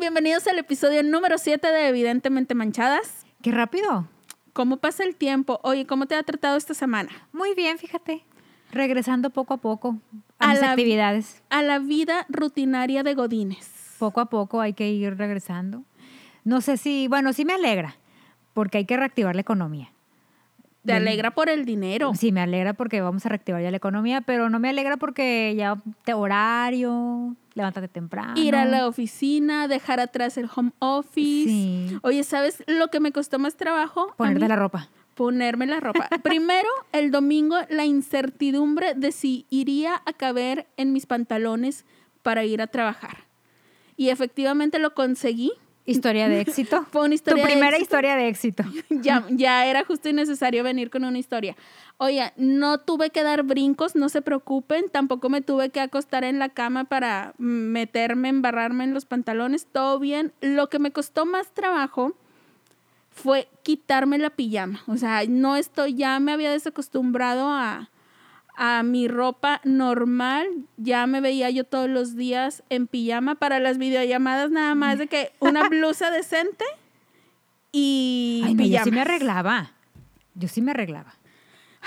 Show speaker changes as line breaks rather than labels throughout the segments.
bienvenidos al episodio número 7 de Evidentemente Manchadas.
Qué rápido.
¿Cómo pasa el tiempo? Oye, ¿cómo te ha tratado esta semana?
Muy bien, fíjate. Regresando poco a poco
A
a, mis
la-
actividades.
A la vida rutinaria de Godines.
Poco a poco hay que ir regresando. No sé si, bueno, sí me alegra, porque hay que reactivar la economía.
Te alegra por el dinero.
Sí, me alegra porque vamos a reactivar ya la economía, pero no me alegra porque ya te horario, levántate temprano.
Ir a la oficina, dejar atrás el home office.
Sí.
Oye, ¿sabes lo que me costó más trabajo? a
Ponerte
mí?
la ropa.
Ponerme la ropa. Primero, el domingo, la incertidumbre de si iría a caber en mis pantalones para ir a trabajar. Y efectivamente lo conseguí.
Historia de éxito.
Fue una historia
tu
de
primera
éxito.
historia de éxito.
Ya, ya era justo y necesario venir con una historia. Oiga, no tuve que dar brincos, no se preocupen. Tampoco me tuve que acostar en la cama para meterme, embarrarme en los pantalones. Todo bien. Lo que me costó más trabajo fue quitarme la pijama. O sea, no estoy, ya me había desacostumbrado a, a mi ropa normal. Ya me veía yo todos los días en pijama para las videollamadas nada más de que una blusa decente y
Ay, no, yo sí
pijamas.
me arreglaba. Yo sí me arreglaba.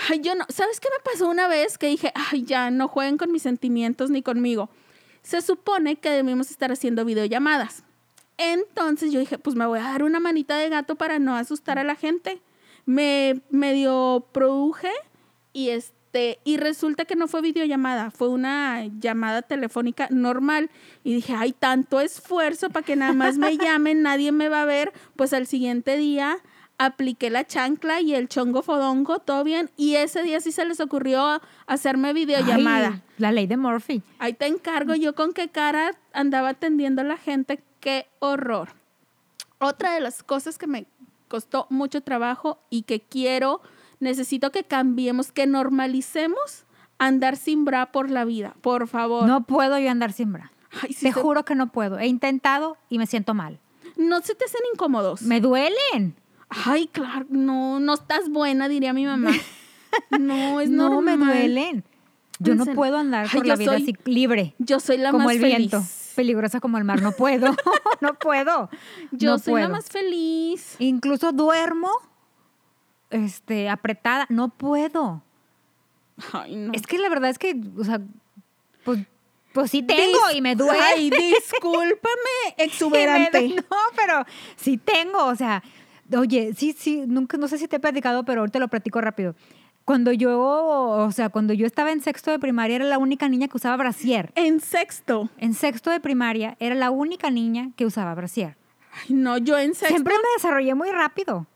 Ay, yo no. ¿Sabes qué me pasó una vez que dije, ay, ya no jueguen con mis sentimientos ni conmigo? Se supone que debemos estar haciendo videollamadas. Entonces yo dije, pues me voy a dar una manita de gato para no asustar a la gente. Me medio produje y este y resulta que no fue videollamada, fue una llamada telefónica normal y dije, "Ay, tanto esfuerzo para que nada más me llamen, nadie me va a ver." Pues al siguiente día apliqué la chancla y el chongo fodongo, todo bien, y ese día sí se les ocurrió hacerme videollamada.
Ay, la ley de Murphy.
Ahí te encargo yo con qué cara andaba atendiendo a la gente. Qué horror. Otra de las cosas que me costó mucho trabajo y que quiero, necesito que cambiemos, que normalicemos andar sin bra por la vida. Por favor.
No puedo yo andar sin bra.
Ay, sí
Te
se-
juro que no puedo. He intentado y me siento mal.
No se te hacen incómodos.
Me duelen.
Ay, claro, no, no estás buena, diría mi mamá. No, es
no
normal.
me duelen. Yo
En
no
serio.
puedo andar
Ay,
por
yo
la vida
soy
así libre,
Yo soy la
como
más
el
feliz.
viento, peligrosa como el mar. No puedo, no puedo.
Yo
no
soy la
puedo.
más feliz.
Incluso duermo, este, apretada. No puedo.
Ay, no.
Es que la verdad es que, o sea, pues, pues sí tengo
Dis-
y me duele.
Ay, discúlpame, exuberante.
Y me- No, pero sí tengo, o sea, oye, sí, sí, nunca, no sé si te he platicado, pero ahorita lo platico rápido. Cuando yo, o sea, cuando yo estaba en sexto de primaria, era la única niña que usaba brasier.
En sexto.
En sexto de primaria, era la única niña que usaba brasier.
Ay, no, yo en sexto.
Siempre me desarrollé muy rápido.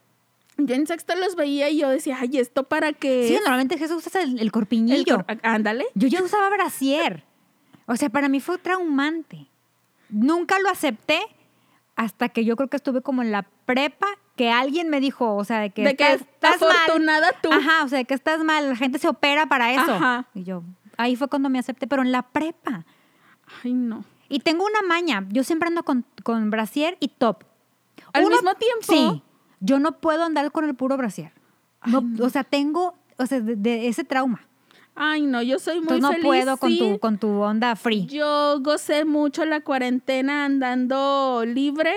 Yo en sexto los veía y yo decía, ay, ¿esto para qué?
Sí,
es?
normalmente Jesús usa el, el
El
corpiñillo.
cor- á- Ándale.
Yo ya usaba brasier. O sea, para mí fue traumante. Nunca lo acepté hasta que yo creo que estuve como en la prepa que alguien me dijo, o sea, de que,
De que afortunada
mal.
tú.
Ajá, o sea, de que estás mal, la gente se opera para eso.
Ajá.
Y yo, ahí fue cuando me acepté, pero en la prepa.
Ay, no.
Y tengo una maña, yo siempre ando con, con brasier y top.
¿Al mismo tiempo?
Sí, yo no puedo andar con el puro brasier. No, O sea, tengo, o sea, de- de ese trauma.
Ay, no, yo soy muy
Entonces no
feliz.
puedo con
sí.
tu, con tu onda free.
Yo gocé mucho la cuarentena andando libre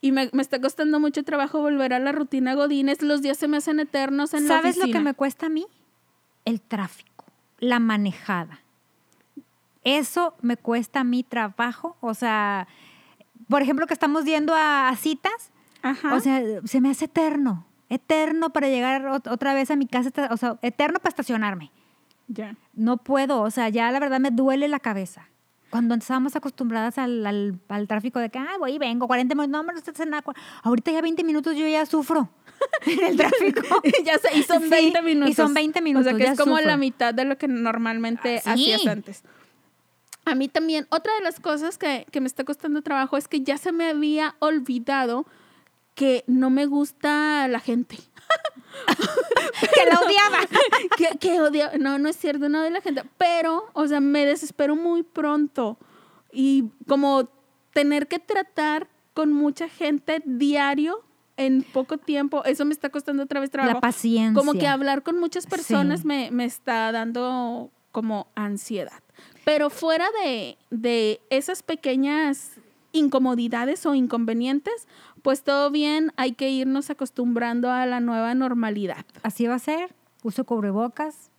y me, me está costando mucho trabajo volver a la rutina Godines. Los días se me hacen eternos en la
¿Sabes lo que
oficina.
me cuesta a mí? El tráfico, la manejada. Eso me cuesta a mí trabajo. O sea, por ejemplo, que estamos yendo a, a citas,
Ajá.
o sea, se me hace eterno. Eterno para llegar ot- otra vez a mi casa, esta- o sea, eterno para estacionarme.
ya.
No puedo, o sea, ya la verdad me duele la cabeza. Cuando estábamos acostumbradas al, al- al tráfico de que, ah, voy y vengo, 40 minutos, no, hombre, no estás en nada. Ahorita ya 20 minutos yo ya sufro en el tráfico.
ya sé, y son
Sí,
20 minutos.
Y son 20 minutos.
O sea, que
ya
es como
sufro.
la mitad de lo que normalmente
Ah, sí.
hacías antes. A mí también, otra de las cosas que, que me está costando trabajo es que ya se me había olvidado que no me gusta la gente.
Que la odiaba.
que, que odio. No, no es cierto, no de la gente. Pero, o sea, me desespero muy pronto. Y como tener que tratar con mucha gente diario en poco tiempo, eso me está costando otra vez trabajo.
La paciencia.
Como que hablar con muchas personas
Sí.
me, me está dando como ansiedad. Pero fuera de, de esas pequeñas incomodidades o inconvenientes, pues todo bien, hay que irnos acostumbrando a la nueva normalidad.
Así va a ser. Uso cubrebocas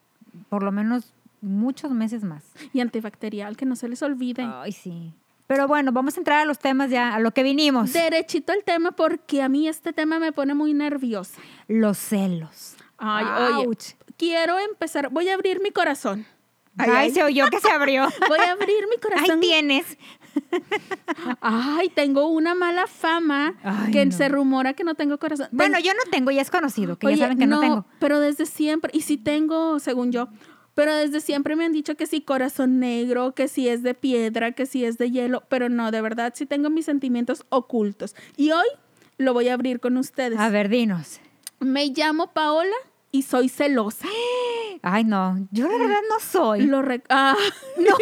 por lo menos muchos meses más.
Y antibacterial, que no se les olvide.
Ay, sí. Pero bueno, vamos a entrar a los temas ya, a lo que vinimos.
Derechito al tema porque a mí este tema me pone muy nerviosa.
Los celos.
Ay, oye,
Ouch.
quiero empezar, voy a abrir mi corazón.
Ay, se oyó que se abrió.
Voy a abrir mi
Ahí
corazón.
tienes.
Ay, tengo una mala fama
Ay,
que
no.
se rumora que no tengo corazón. Ten-
Bueno, yo no tengo, ya es conocido, que
Oye,
ya saben que no, tengo.
Pero desde siempre, y sí tengo, según yo, pero desde siempre me han dicho que sí corazón negro, que sí es de piedra, que sí es de hielo, pero no, de verdad sí tengo mis sentimientos ocultos. Y hoy lo voy a abrir con ustedes.
A ver, dinos.
Me llamo Paola y soy celosa.
Ay, no, yo la verdad no soy.
Lo rec- ah,
No,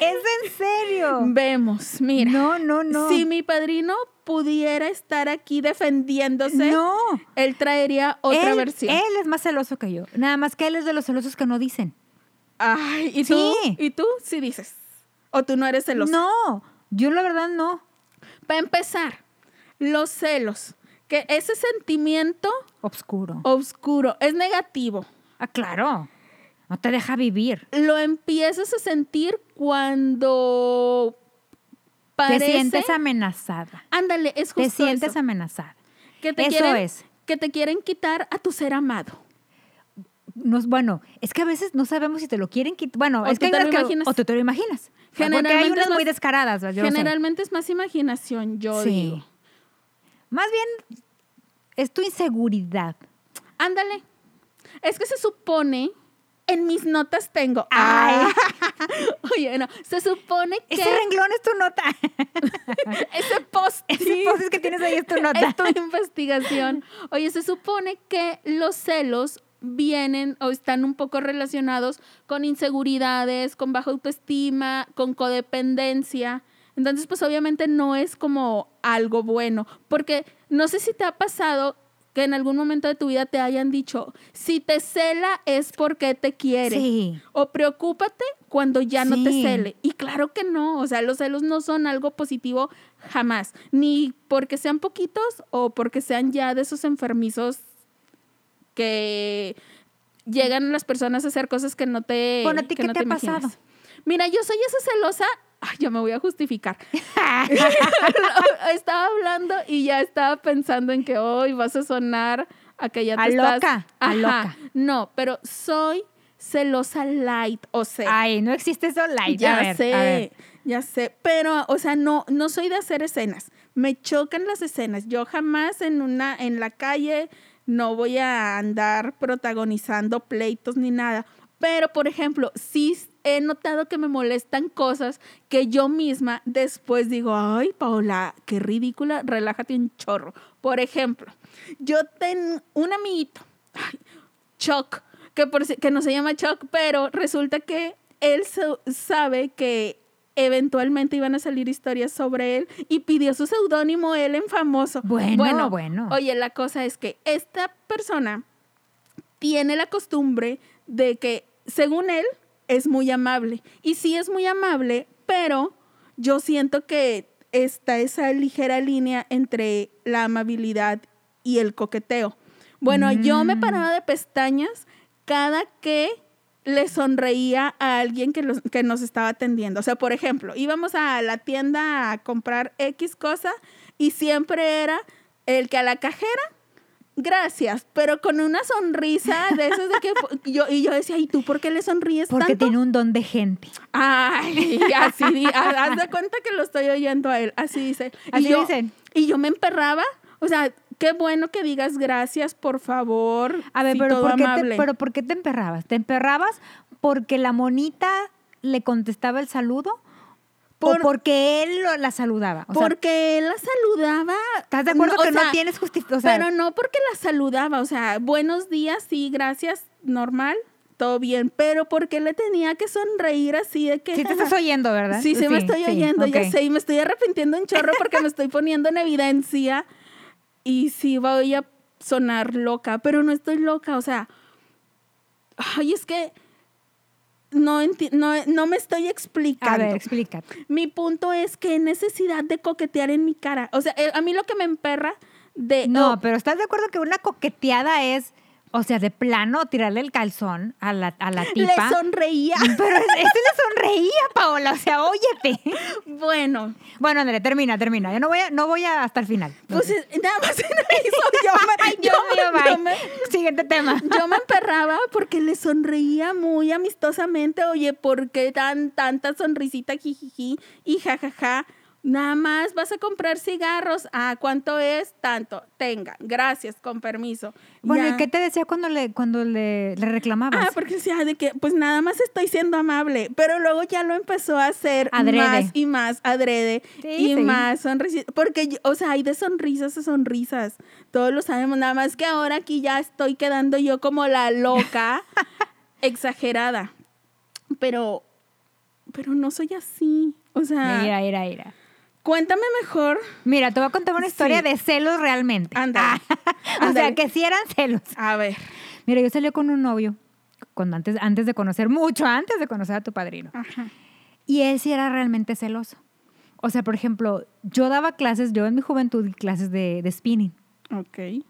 es en serio.
vemos, mira.
No, no, no.
Si mi padrino pudiera estar aquí defendiéndose,
no.
él traería otra
él,
versión.
Él es más celoso que yo. Nada más que él es de los celosos que no dicen.
Ay, ¿y
Sí.
tú? ¿Y tú? Sí dices. O tú no eres celosa.
No, yo la verdad no.
Para empezar, los celos, que ese sentimiento
Obscuro.
oscuro es negativo.
Ah, claro. No te deja vivir.
Lo empiezas a sentir cuando
Te
parece
sientes amenazada.
Ándale, es justo
Te sientes
eso,
amenazada.
que te
eso
quieren,
es.
que te quieren quitar a tu ser amado.
Nos- bueno, es que a veces no sabemos si te lo quieren quitar. Bueno,
O
es
tú
que hay
te
unas
lo
que-
imaginas.
O tú te lo imaginas. O sea, Porque hay
Generalmente
unas
es
muy
más-
descaradas. Yo lo sé.
Generalmente es más imaginación, yo
Sí.
digo.
Más bien, es tu inseguridad.
Ándale. Es que se supone, en mis notas tengo.
Ay.
Oye, no, se supone que
Ese renglón es tu nota.
ese post
Ese post que tienes ahí es tu nota.
es tu investigación. Oye, se supone que los celos vienen o están un poco relacionados con inseguridades, con baja autoestima, con codependencia. Entonces, pues obviamente no es como algo bueno, porque no sé si te ha pasado que en algún momento de tu vida te hayan dicho, si te cela es porque te quiere.
Sí.
O preocúpate cuando ya no te
Sí.
cele. Y claro que no, o sea, los celos no son algo positivo jamás, ni porque sean poquitos o porque sean ya de esos enfermizos que llegan las personas a hacer cosas que no te
Bueno, ¿a ti
que
qué
no
te ha
imaginas.
pasado?
Mira, yo soy esa celosa, ay, yo me voy a justificar. estaba hablando y ya estaba pensando en que hoy vas a sonar a que ya te
A
estás-
loca, a
Ajá.
loca.
No, pero soy celosa light, o sea,
Ay, no existe eso light.
ya
a ver,
sé,
a ver.
ya sé, pero o sea, no no soy de hacer escenas. Me chocan las escenas. Yo jamás en una en la calle no voy a andar protagonizando pleitos ni nada. Pero por ejemplo, sí he notado que me molestan cosas que yo misma después digo, "Ay, Paola, qué ridícula, relájate un chorro." Por ejemplo, yo tengo un amiguito Chuck, que, por si- que no se llama Chuck, pero resulta que él so- sabe que eventualmente iban a salir historias sobre él y pidió su seudónimo él en famoso.
Bueno, bueno.
Oye, la cosa es que esta persona tiene la costumbre de que, según él, es muy amable. Y sí es muy amable, pero yo siento que está esa ligera línea entre la amabilidad y el coqueteo. Bueno, yo me paraba de pestañas cada que le sonreía a alguien que, los- que nos estaba atendiendo. O sea, por ejemplo, íbamos a la tienda a comprar X cosa y siempre era el que a la cajera gracias, pero con una sonrisa de esas de que po- yo y yo decía, ¿y tú por qué le sonríes
Porque
tanto?
tiene un don de gente.
Ay, así di- ha- haz de cuenta que lo estoy oyendo a él, así dice.
Así
y yo,
dicen.
Y yo me emperraba, o sea, qué bueno que digas gracias, por favor.
A ver,
sí,
pero,
todo
¿por qué
amable.
te, pero ¿por qué te emperrabas? ¿Te emperrabas porque la monita le contestaba el saludo
Por-
o porque él lo- la saludaba? O sea,
porque él la saludaba.
¿Estás de acuerdo
No, o
que no
sea,
tienes justificación?
pero no porque la saludaba, o sea, buenos días, sí, gracias, normal, todo bien, pero porque le tenía que sonreír así de que...
sí te estás oyendo, ¿verdad?
Sí, sí, me estoy
sí,
oyendo,
ok.
ya sé, y me estoy arrepintiendo un chorro porque me estoy poniendo en evidencia y sí voy a sonar loca, pero no estoy loca, o sea, ay, es que no, enti- no, no me estoy
A
explicando.
ver, explícate.
Mi punto es que necesidad de coquetear en mi cara. O sea, eh, a mí lo que me emperra de...
No,
oh,
pero ¿estás de acuerdo que una coqueteada es, o sea, de plano tirarle el calzón a la, a la
le
tipa?
sonreía.
Pero este le sonreía, Paola, o sea, óyete.
bueno,
Bueno, Andrea, termina, termina. Yo no voy, a- no voy a- hasta el final.
pues eh, nada más en eso yo me-
Ay,
yo
Dios mío,
me-
bye.
yo me,
Siguiente tema.
Yo me emperraba porque le sonreía muy amistosamente. Oye, ¿por qué tan, tanta sonrisita jijiji y jajaja? Nada más vas a comprar cigarros. Ah, ¿cuánto es? Tanto. Tenga. Gracias, con permiso.
Bueno,
Ya.
¿y qué te decía cuando le, cuando le, le reclamabas?
Ah, porque decía de que, pues nada más estoy siendo amable, pero luego ya lo empezó a hacer
Adrede.
más y más adrede
Sí,
y
sí.
más sonrisas, porque, yo- o sea, hay de sonrisas a sonrisas, todos lo sabemos, nada más que ahora aquí ya estoy quedando yo como la loca, exagerada, pero, pero no soy así, o sea,
Mira, mira, mira.
cuéntame mejor,
Mira, te voy a contar una historia
Sí.
de celos realmente.
Ándale,
Ah, o sea,
ándale.
que sí eran celos.
a ver,
Mira, yo salí con un novio cuando antes, antes de conocer, mucho antes de conocer a tu padrino.
Ajá.
Y él sí era realmente celoso. O sea, por ejemplo, yo daba clases, yo en mi juventud di clases de, de spinning.
ok,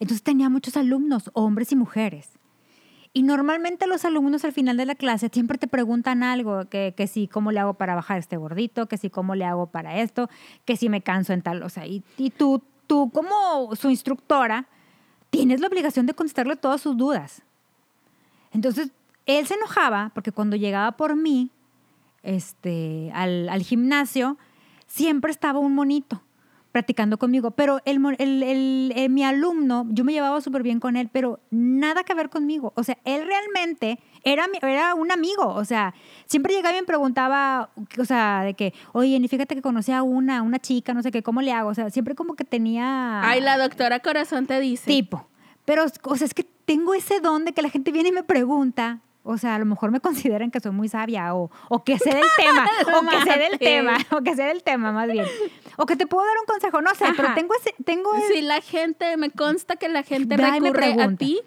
Entonces tenía muchos alumnos, hombres y mujeres. Y normalmente los alumnos al final de la clase siempre te preguntan algo, que, que si cómo le hago para bajar este gordito, que si cómo le hago para esto, que si me canso en tal, o sea, y, y tú, tú como su instructora, tienes la obligación de contestarle todas sus dudas. Entonces, él se enojaba porque cuando llegaba por mí este, al, al gimnasio, siempre estaba un monito practicando conmigo. Pero el, mon- el- el- eh, mi alumno, yo me llevaba súper bien con él, pero nada que ver conmigo. O sea, él realmente era, mi- era un amigo. O sea, siempre llegaba y me preguntaba, o sea, de que, oye, ni fíjate que conocí a una, una chica, no sé qué, ¿cómo le hago? O sea, siempre como que tenía...
ay, la doctora Corazón te dice,
Tipo. Pero, o sea, es que tengo ese don de que la gente viene y me pregunta. O sea, a lo mejor me consideran que soy muy sabia o, o que sé del tema, o que sé del
Mate.
tema, o que sé del tema más bien. O que te puedo dar un consejo, no sé, pero
Ajá.
tengo ese, tengo el-
Si la gente, me consta que la gente
pues. Va y me
recurre a
pregunta.
ti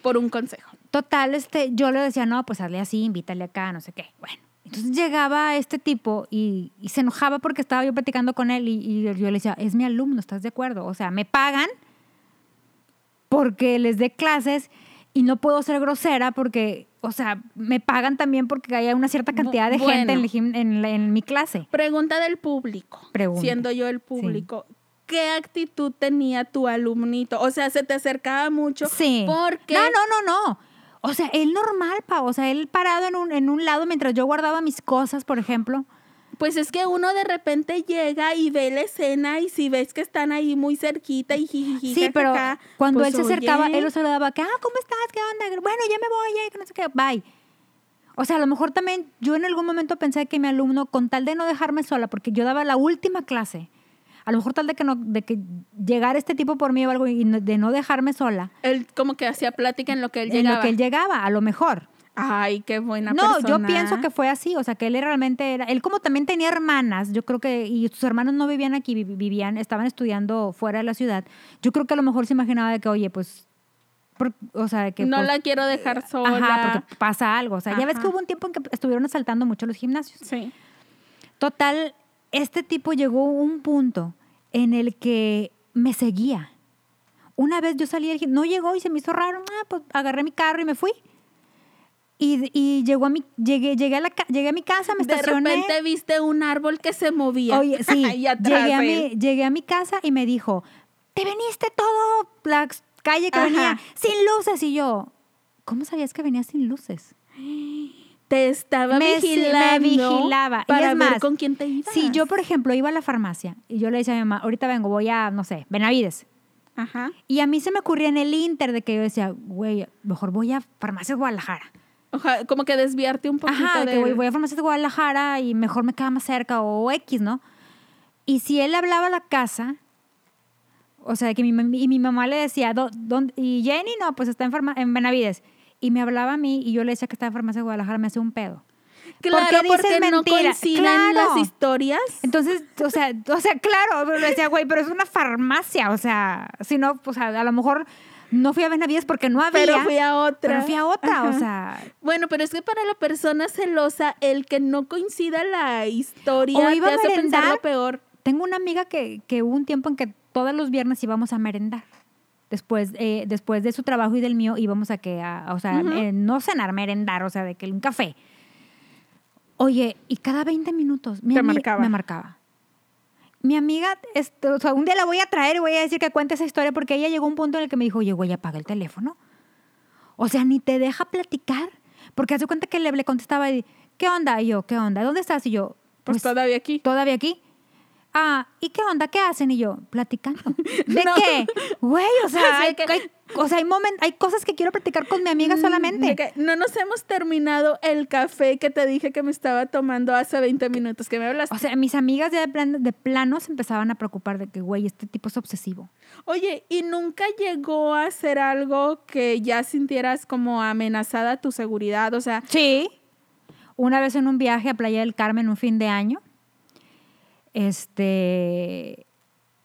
por un consejo.
total, este, yo le decía, no, pues hazle así, invítale acá, no sé qué. Bueno, entonces llegaba este tipo y, y se enojaba porque estaba yo platicando con él y, y yo le decía, es mi alumno, ¿estás de acuerdo? O sea, me pagan porque les dé clases y no puedo ser grosera porque, o sea, me pagan también porque hay una cierta cantidad de
Bu-
gente en, el
bueno.
gim- en la- en mi clase.
Pregunta del público.
Pregunta.
Siendo yo el público. ¿Qué actitud tenía tu alumnito? O sea, se te acercaba mucho.
Sí.
Porque.
No, no, no, no. O sea, él normal, pa, o sea, él parado en un, en un lado mientras yo guardaba mis cosas, por ejemplo.
Pues es que uno de repente llega y ve la escena y si ves que están ahí muy cerquita y jijiji.
Sí, pero
jajaja,
cuando
pues,
él se acercaba,
oye,
él lo saludaba, que, ah, ¿cómo estás? ¿Qué onda? Bueno, ya me voy, ya, que no sé qué, bye. O sea, a lo mejor también yo en algún momento pensé que mi alumno, con tal de no dejarme sola, porque yo daba la última clase, a lo mejor tal de que, no, de que llegara este tipo por mí o algo y no- de no dejarme sola,
él como que hacía plática en lo que él
en
llegaba.
lo que él llegaba, a lo mejor.
Ay, qué buena
no,
persona.
yo pienso que fue así, o sea, que él realmente era, él como también tenía hermanas, yo creo que, y sus hermanos no vivían aquí, vi- vivían, estaban estudiando fuera de la ciudad, yo creo que a lo mejor se imaginaba de que, oye, pues, por- o sea, de que...
no
pues,
la quiero dejar sola.
Ajá, porque pasa algo, o sea, ya ves que
Ajá.
hubo un tiempo en que estuvieron asaltando mucho los gimnasios.
Sí.
Total, este tipo llegó a un punto en el que me seguía. Una vez yo salí del gim- no llegó y se me hizo raro, ah, pues agarré mi carro y me fui. Y, y llegó a mi, llegué, llegué, a la, ca- llegué a mi casa, me
de
estacioné.
repente viste un árbol que se movía.
Oye, sí,
Y atrás
llegué, a
él.
mi, llegué a mi casa y me dijo, te viniste todo, la calle que
Ajá.
venía, sin luces. Y yo, ¿cómo sabías que venía sin luces?
Te estaba
me,
vigilando.
me vigilaba. Y
Para
es
ver
más,
con quién te ibas.
Si yo, por ejemplo, iba a la farmacia y yo le decía a mi mamá, ahorita vengo, voy a, no sé, Benavides.
Ajá.
Y a mí se me ocurría en el Inter de que yo decía, güey, mejor voy a Farmacias Guadalajara.
Oja- como que desviarte un poquito
Ajá, de que
del-
voy, voy a Farmacias Guadalajara y mejor me queda más cerca o X, ¿no? Y si él hablaba a la casa, o sea, de que mi, mam- y mi mamá le decía, "Do- ¿dónde? Y Jenny, no, pues está en, farma- en Benavides. Y me hablaba a mí y yo le decía que estaba en Farmacias Guadalajara, me hacía un pedo.
Claro,
qué dices
porque no
mentira?
coinciden
Claro.
las historias.
Entonces, o sea, o sea, claro, pero le decía, güey, pero es una farmacia, o sea, si no, o sea, pues, a lo mejor No fui a Benavides porque no había.
Pero fui a otra.
Pero fui a otra, o
Ajá.
sea.
Bueno, pero es que para la persona celosa, el que no coincida la historia
O iba
te
a
hace pensar lo
merendar.
peor. pues
Tengo una amiga que, que hubo un tiempo en que todos los viernes íbamos a merendar. Después, eh, después de su trabajo y del mío íbamos a que, a- a- o sea,
Ujú.
eh, no cenar, merendar, o sea, de que un café. Oye, y cada 20 minutos mi
Te
ami-
marcaba.
me marcaba. Mi amiga, este, o sea, un día la voy a traer y voy a decir que cuente esa historia porque ella llegó a un punto en el que me dijo, oye, güey, apaga el teléfono. O sea, ni te deja platicar. Porque hace cuenta que le, le contestaba, y, ¿qué onda? Y yo, ¿qué onda? ¿Dónde estás? Y yo,
Pues, todavía aquí.
todavía aquí. Ah, ¿y qué onda? ¿Qué hacen? Y yo, platicando. ¿De
No.
qué? Güey, o sea,
Así
hay,
que-
hay- o sea, hay, momen- hay cosas que quiero platicar con mi amiga
Mm,
solamente.
de que no nos hemos terminado el café que te dije que me estaba tomando hace 20 minutos que me hablaste.
O sea, mis amigas ya de, plan- de plano se empezaban a preocupar de que, güey, este tipo es obsesivo.
Oye, ¿y nunca llegó a hacer algo que ya sintieras como amenazada tu seguridad? O sea,
Sí. Una vez en un viaje a Playa del Carmen, un fin de año, este,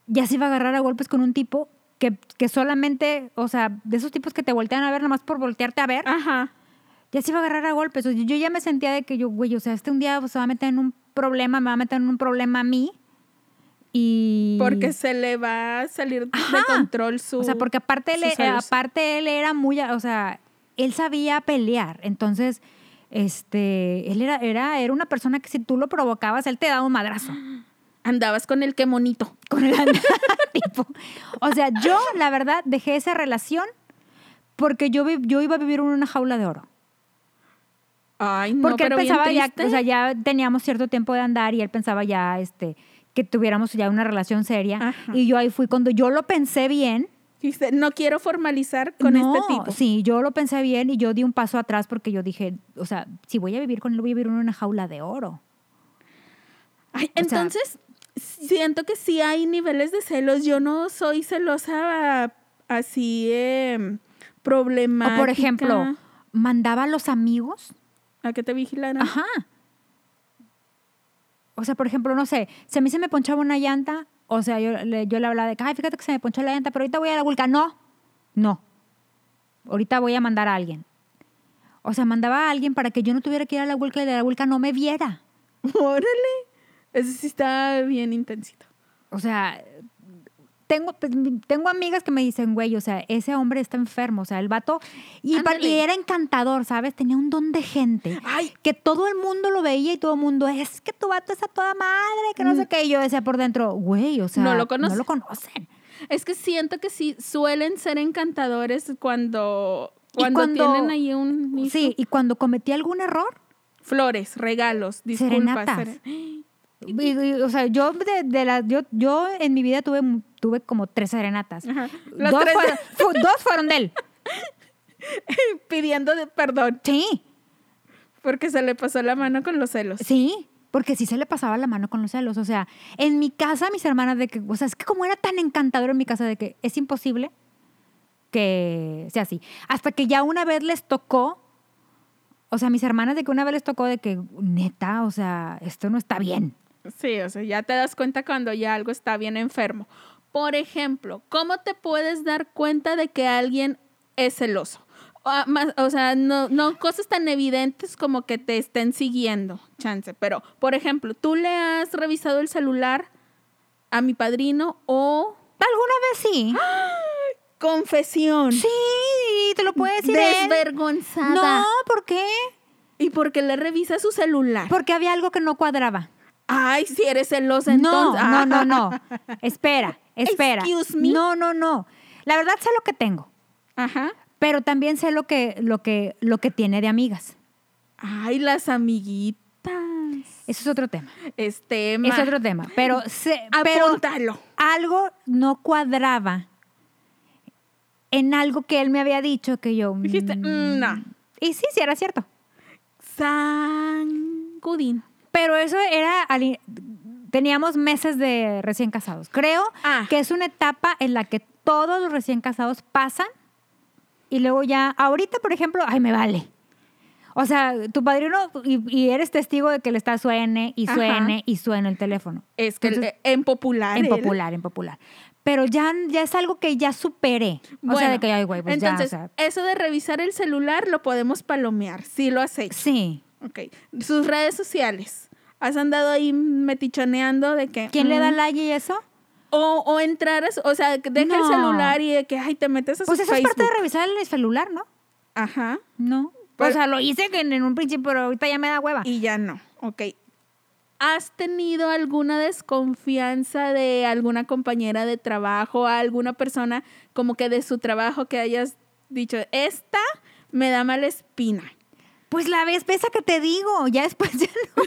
ya se iba a agarrar a golpes con un tipo que, que solamente, o sea, de esos tipos que te voltean a ver nomás por voltearte a ver.
ajá.
ya se iba a agarrar a golpes. O sea, Yo, yo ya me sentía de que yo, güey, o sea, este un día se va a meter en un problema, me va a meter en un problema a mí. Y.
Porque se le va a salir de
Ajá.
control su.
O sea, porque aparte él,
sus
eh,
celos.
aparte él era muy. O sea, él sabía pelear. Entonces, este. Él era, era, era una persona que si tú lo provocabas, él te daba un madrazo.
Andabas con el que monito.
con el andar, tipo. O sea, yo la verdad dejé esa relación porque yo, vi- yo iba a vivir en una jaula de oro.
Ay, no,
Porque él
pero bien
pensaba ya,
triste.
o sea, ya teníamos cierto tiempo de andar y él pensaba ya, este, que tuviéramos ya una relación seria.
Ajá.
Y yo ahí fui cuando yo lo pensé bien.
Dice, no quiero formalizar con
No,
este tipo.
Sí, yo lo pensé bien y yo di un paso atrás porque yo dije, o sea, si voy a vivir con él, voy a vivir en una jaula de oro.
Ay,
sea-
entonces, siento que sí hay niveles de celos. Yo no soy celosa así eh, problemática.
O por ejemplo, mandaba a los amigos.
¿A que te vigilaran?
Ajá. O sea, por ejemplo, no sé, si a mí se me ponchaba una llanta, o sea, yo le, yo le hablaba de que, ay, fíjate que se me ponchó la llanta, pero ahorita voy a la vulca. No, no. Ahorita voy a mandar a alguien. O sea, mandaba a alguien para que yo no tuviera que ir a la vulca y de la vulca no me viera.
Órale. Eso sí está bien intensito.
O sea, tengo, pues, mi- tengo amigas que me dicen, güey, o sea, ese hombre está enfermo, o sea, el vato. Y, pa-
Ándale.
y era encantador, ¿sabes? Tenía un don de gente.
Ay.
Que todo el mundo lo veía y todo el mundo, es que tu vato es a toda madre, que no sé qué. Y yo decía por dentro, güey, o sea,
Mm. No lo conocen.
No lo conocen.
Es que siento que sí suelen ser encantadores cuando,
Y
cuando,
cuando-
tienen ahí un... issue.
Sí, y cuando cometí algún error,
Flores, regalos, disculpas.
Serenatas.
seren-
y- y- o sea, yo, de, de la, yo, yo en mi vida tuve, tuve como tres serenatas.
Ajá. Las
Dos
tres
fueron, fu- dos fueron de él.
pidiendo de- perdón
Sí.
porque se le pasó la mano con los celos.
Sí, porque sí se le pasaba la mano con los celos. O sea, en mi casa, mis hermanas, de que, o sea, es que como era tan encantador en mi casa, de que es imposible que sea así. Hasta que ya una vez les tocó, o sea, mis hermanas, de que una vez les tocó de que, neta, o sea, esto no está bien.
Sí, o sea, ya te das cuenta cuando ya algo está bien enfermo. Por ejemplo, ¿cómo te puedes dar cuenta de que alguien es celoso? O, ah, más- o sea, no, no cosas tan evidentes como que te estén siguiendo, chance. Pero, por ejemplo, ¿tú le has revisado el celular a mi padrino o
¿Alguna vez sí?
¡Ah! confesión?
Sí, te lo puedo decir. él.
Desvergonzada.
No, ¿por qué?
¿Y por qué le revisa su celular?
Porque había algo que no cuadraba.
Ay, si eres celosa, Pues entonces. ah.
No, no, no, no. Espera, espera.
Excuse me.
No, no, no. La verdad sé lo que tengo,
ah, Ajá.
pero también sé lo que, lo que, lo que tiene de amigas.
Ay, las amiguitas.
Eso es otro tema.
Este,
Es otro tema. Pero, sé, pero
Apúntalo.
algo no cuadraba en algo que él me había dicho que yo.
Dijiste, "Mm, no".
Y sí, sí, era cierto.
San Gudín.
Pero eso era. al in- Teníamos meses de recién casados. Creo
Ah.
que es una etapa en la que todos los recién casados pasan y luego ya. Ahorita, por ejemplo, ay, me vale. O sea, tu padrino y, y eres testigo de que le está suene y
Ajá.
suene y suene el teléfono.
Es que
Entonces,
eh, en popular.
en
él-
popular, en popular. Pero ya, ya es algo que ya superé. O sea,
Bueno,
de que, ay, güey, pues
entonces,
ya, o sea,
eso de revisar el celular lo podemos palomear, sí lo has hecho.
Sí.
Ok. Sus redes sociales. Has andado ahí metichoneando de que...
¿Quién le da
mm,
like y eso?
O, o entrar, a su- o sea, que deja
No.
el celular y de que, ay, te metes a
Pues
su
eso es
Facebook.
parte de revisar el celular, ¿no?
Ajá.
No.
Pero-
o sea, lo hice que en, en un principio, pero ahorita ya me da hueva.
Y ya no. Ok. Ah. ¿Has tenido alguna desconfianza de alguna compañera de trabajo, alguna persona como que de su trabajo que hayas dicho, esta me da mala espina?
Pues la vez pesa que te digo, ya después ya no.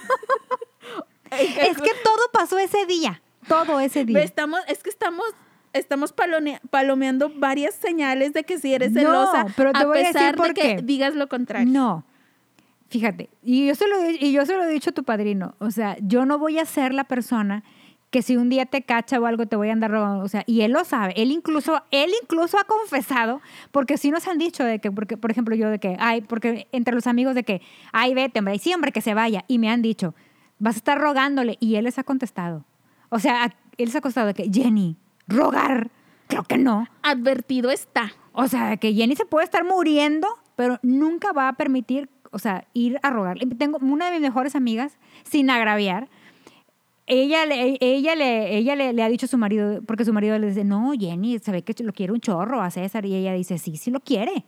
es que todo pasó ese día. Todo ese
Ve,
día.
Estamos, es que estamos, estamos palone- palomeando varias señales de que si eres celosa,
No, pero te
a
voy a decir
pesar de
por
que
qué.
digas lo contrario.
No. Fíjate, y yo, se lo, he- y yo se lo he dicho a tu padrino, o sea, yo no voy a ser la persona que si un día te cacha o algo te voy a andar robando, o sea, y él lo sabe, él incluso, él incluso ha confesado, porque sí nos han dicho de que, porque, por ejemplo, yo de que, ay, porque entre los amigos de que, ay, vete, hombre, y sí, hombre, que se vaya, y me han dicho, vas a estar rogándole, y él les ha contestado, o sea, a- él se ha contestado de que, Jenny, rogar, creo que no,
Advertido está.
o sea, que Jenny se puede estar muriendo, pero nunca va a permitir, o sea, ir a rogarle. Tengo una de mis mejores amigas, sin agraviar, ella, le- ella, le, ella le, le ha dicho a su marido, porque su marido le dice, no, Jenny, se ve que lo quiere un chorro a César, y ella dice, sí, sí lo quiere.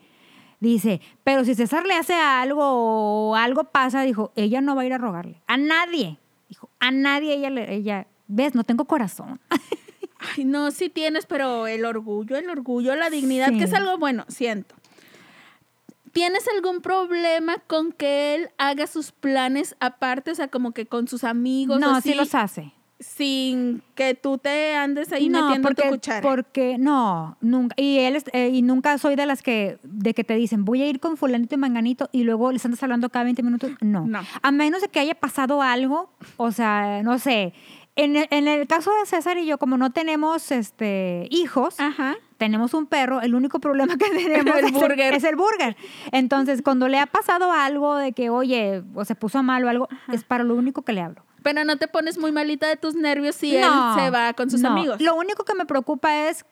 Dice, pero si César le hace algo o algo pasa, dijo, ella no va a ir a rogarle. A nadie. Dijo, a nadie ella, le, ella ves, no tengo corazón.
Ay, no, sí tienes, pero el orgullo, el orgullo, la dignidad,
Sí.
que es algo bueno, siento. ¿Tienes algún problema con que él haga sus planes aparte, o sea, como que con sus amigos?
no,
así,
sí los hace.
Sin que tú te andes ahí metiendo
porque,
tu cuchara.
Porque no, nunca. Y él es- eh, y nunca soy de las que de que te dicen, "Voy a ir con fulanito y manganito" y luego les andas hablando cada 20 minutos. No.
No.
A menos de que haya pasado algo, o sea, no sé. En el, en el caso de César y yo, como no tenemos este hijos,
Ajá.
tenemos un perro, el único problema que tenemos
Ah. El
es,
burger.
El, es el burger. Entonces, cuando le ha pasado algo de que, oye, o se puso mal o algo, es para lo único que le hablo.
Pero no te pones muy malita de tus nervios si
No,
él se va con sus
no.
amigos.
Lo único que me preocupa es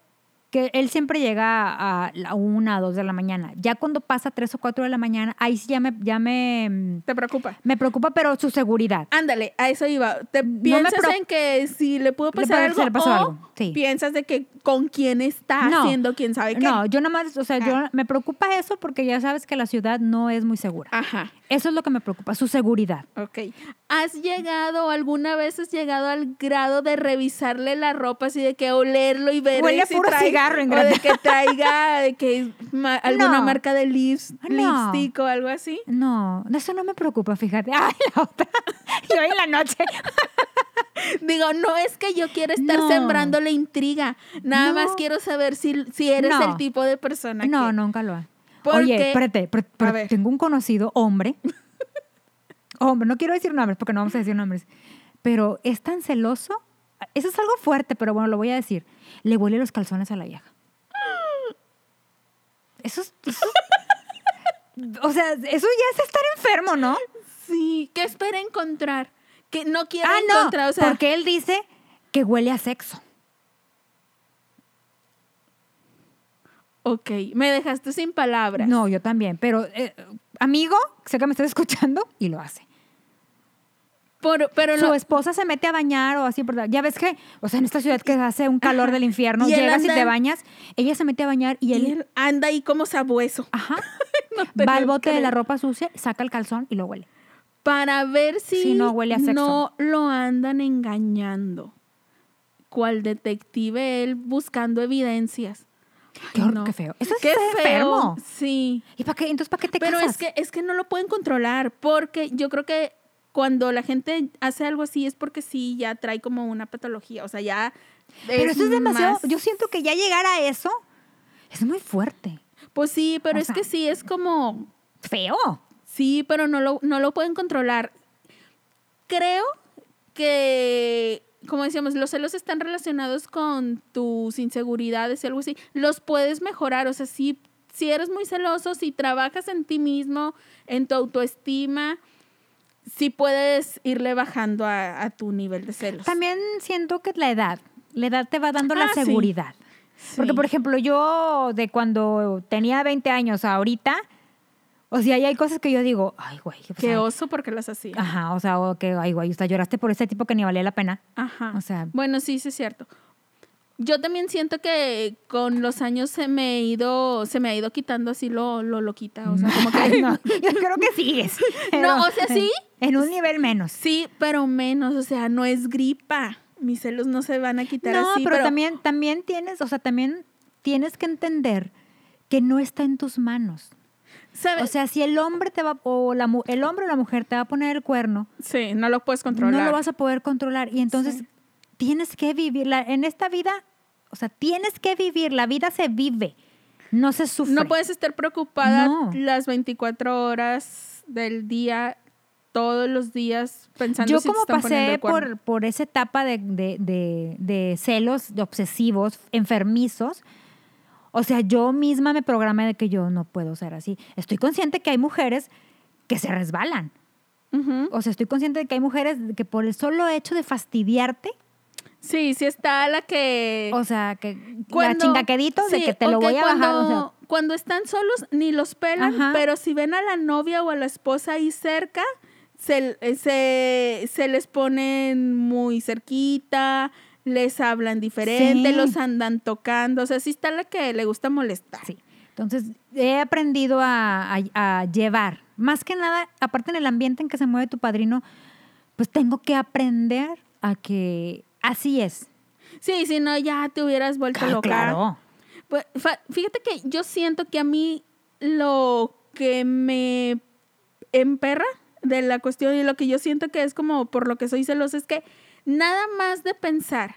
que él siempre llega a la una, dos de la mañana. Ya cuando pasa tres o cuatro de la mañana, ahí sí ya me, ya me, mm,
¿Te preocupa?
me preocupa, pero su seguridad.
Ándale, a eso iba. ¿Te
me
piensas
pro-
en que si le pudo
Le
pasar
puede-
algo
se le pasó
o
algo, sí.
piensas de que con quién está
No,
haciendo quién sabe qué?
No, yo nada más, o sea, yo
Ah.
me preocupa eso porque ya sabes que la ciudad no es muy segura.
Ajá,
Eso es lo que me preocupa, su seguridad.
ok. ¿Has llegado, alguna vez has llegado al grado de revisarle la ropa así de que olerlo y ver
Huele a
si
puro
trae-
cigarro en
o de
grande.
que traiga de que ma- alguna
No.
marca de lips,
No.
lipstick o algo así?
No, no, eso no me preocupa, fíjate. Ay, la otra. Yo en la noche.
Digo, no es que yo quiera estar
No.
sembrando la intriga, nada
No.
más quiero saber si, si eres
No.
el tipo de persona
No,
que...
nunca lo ha.
¿Por
Oye,
qué?
espérate, pero, pero
ver.
tengo un conocido hombre. hombre, no quiero decir nombres porque no vamos a decir nombres. Pero es tan celoso. Eso es algo fuerte, pero bueno, lo voy a decir. Le huele los calzones a la vieja. Eso es. eso es- o sea, eso ya es estar enfermo, ¿no?
Sí, que espera encontrar, que no quiero
Ah, no.
encontrar, o sea,
porque él dice que huele a sexo.
ok, me dejaste sin palabras.
No, yo también. Pero, eh, amigo, sé que me estás escuchando y lo hace.
Por- pero
su
lo,
esposa se mete a bañar o así, ¿verdad? Ya ves que, o sea, en esta ciudad que hace un calor del infierno,
Y él
llegas y
anda-
te bañas, ella se mete a bañar y él,
y él anda ahí como sabueso.
ajá,
No te
va al
lo
bote de la
creo.
ropa sucia, saca el calzón y lo huele.
Para ver si,
Si no huele a sexo.
no lo andan engañando. Cual detective él buscando evidencias. Ay,
Qué, hor-
no.
qué feo. Eso es
Qué
ser
feo.
enfermo.
Sí.
¿Y para qué? Entonces, ¿para qué te
Pero
casas?
es que, es que no lo pueden controlar, porque yo creo que cuando la gente hace algo así es porque sí, ya trae como una patología, o sea, ya...
pero eso es demasiado,
más-
yo siento que ya llegar a eso es muy fuerte.
Pues sí, pero
O
es
sea-
que sí, es como...
Feo.
Sí, pero no lo, no lo pueden controlar. Creo que, como decíamos, los celos están relacionados con tus inseguridades y algo así. Los puedes mejorar, o sea, si, si eres muy celoso, si trabajas en ti mismo, en tu autoestima, sí puedes irle bajando a, a tu nivel de celos.
También siento que la edad, La edad te va dando la
Pues Ah, sí.
seguridad. Porque,
Sí.
por ejemplo, yo de cuando tenía 20 años a ahorita, o sea, ahí hay cosas que yo digo, ay, güey. o
Qué
sea,
oso porque las hacía.
Ajá, o sea, o que, ay, güey, o sea, lloraste por ese tipo que ni valía la pena.
Ajá.
O sea-
Bueno, sí, sí es cierto. Yo también siento que con los años se me ha ido, se me ha ido quitando así lo, lo loquita. Ah, O sea, como que.
no, yo creo que sigues. pero
o sea, sí.
En un nivel menos.
Sí, pero menos. O sea, no es gripa. Mis celos no se van a quitar
No,
así.
pero, también, también tienes, o sea, también tienes que entender que no está en tus manos.
¿sabes?
O sea, si el hombre te va, o la, mu- el hombre o la mujer te va a poner el cuerno,
sí, no lo puedes controlar.
no lo vas a poder controlar. Y entonces
Sí.
tienes que vivirla. En esta vida, o sea, tienes que vivir. La vida se vive, no se sufre.
No puedes estar preocupada
No.
las 24 horas del día, todos los días, pensando
Yo
si te
como
están poniendo
pasé
el cuerno.
por, por esa etapa de, de- de- de celos de obsesivos, enfermizos, o sea, yo misma me programé de que yo no puedo ser así. Estoy consciente que hay mujeres que se resbalan.
Ujú.
O sea, estoy consciente de que hay mujeres que por el solo hecho de fastidiarte,
Sí, sí está la que...
o sea, que la
cuando-
chingaquedito de
sí,
que te
o
lo
que
voy a bajar. o sea,
Cuando, cuando están solos ni los pelan,
Ajá.
pero si ven a la novia o a la esposa ahí cerca, se, eh, se, se les ponen muy cerquita, les hablan diferente,
Sí.
los andan tocando. O sea, sí está la que le gusta molestar.
Sí. Entonces, he aprendido a, a- a llevar. Más que nada, aparte en el ambiente en que se mueve tu padrino, pues tengo que aprender a que así es.
Sí, si no, ya te hubieras vuelto
Ah,
loca. Pues, fa- Fíjate que yo siento que a mí lo que me emperra de la cuestión y lo que yo siento que es como por lo que soy celosa es que nada más de pensar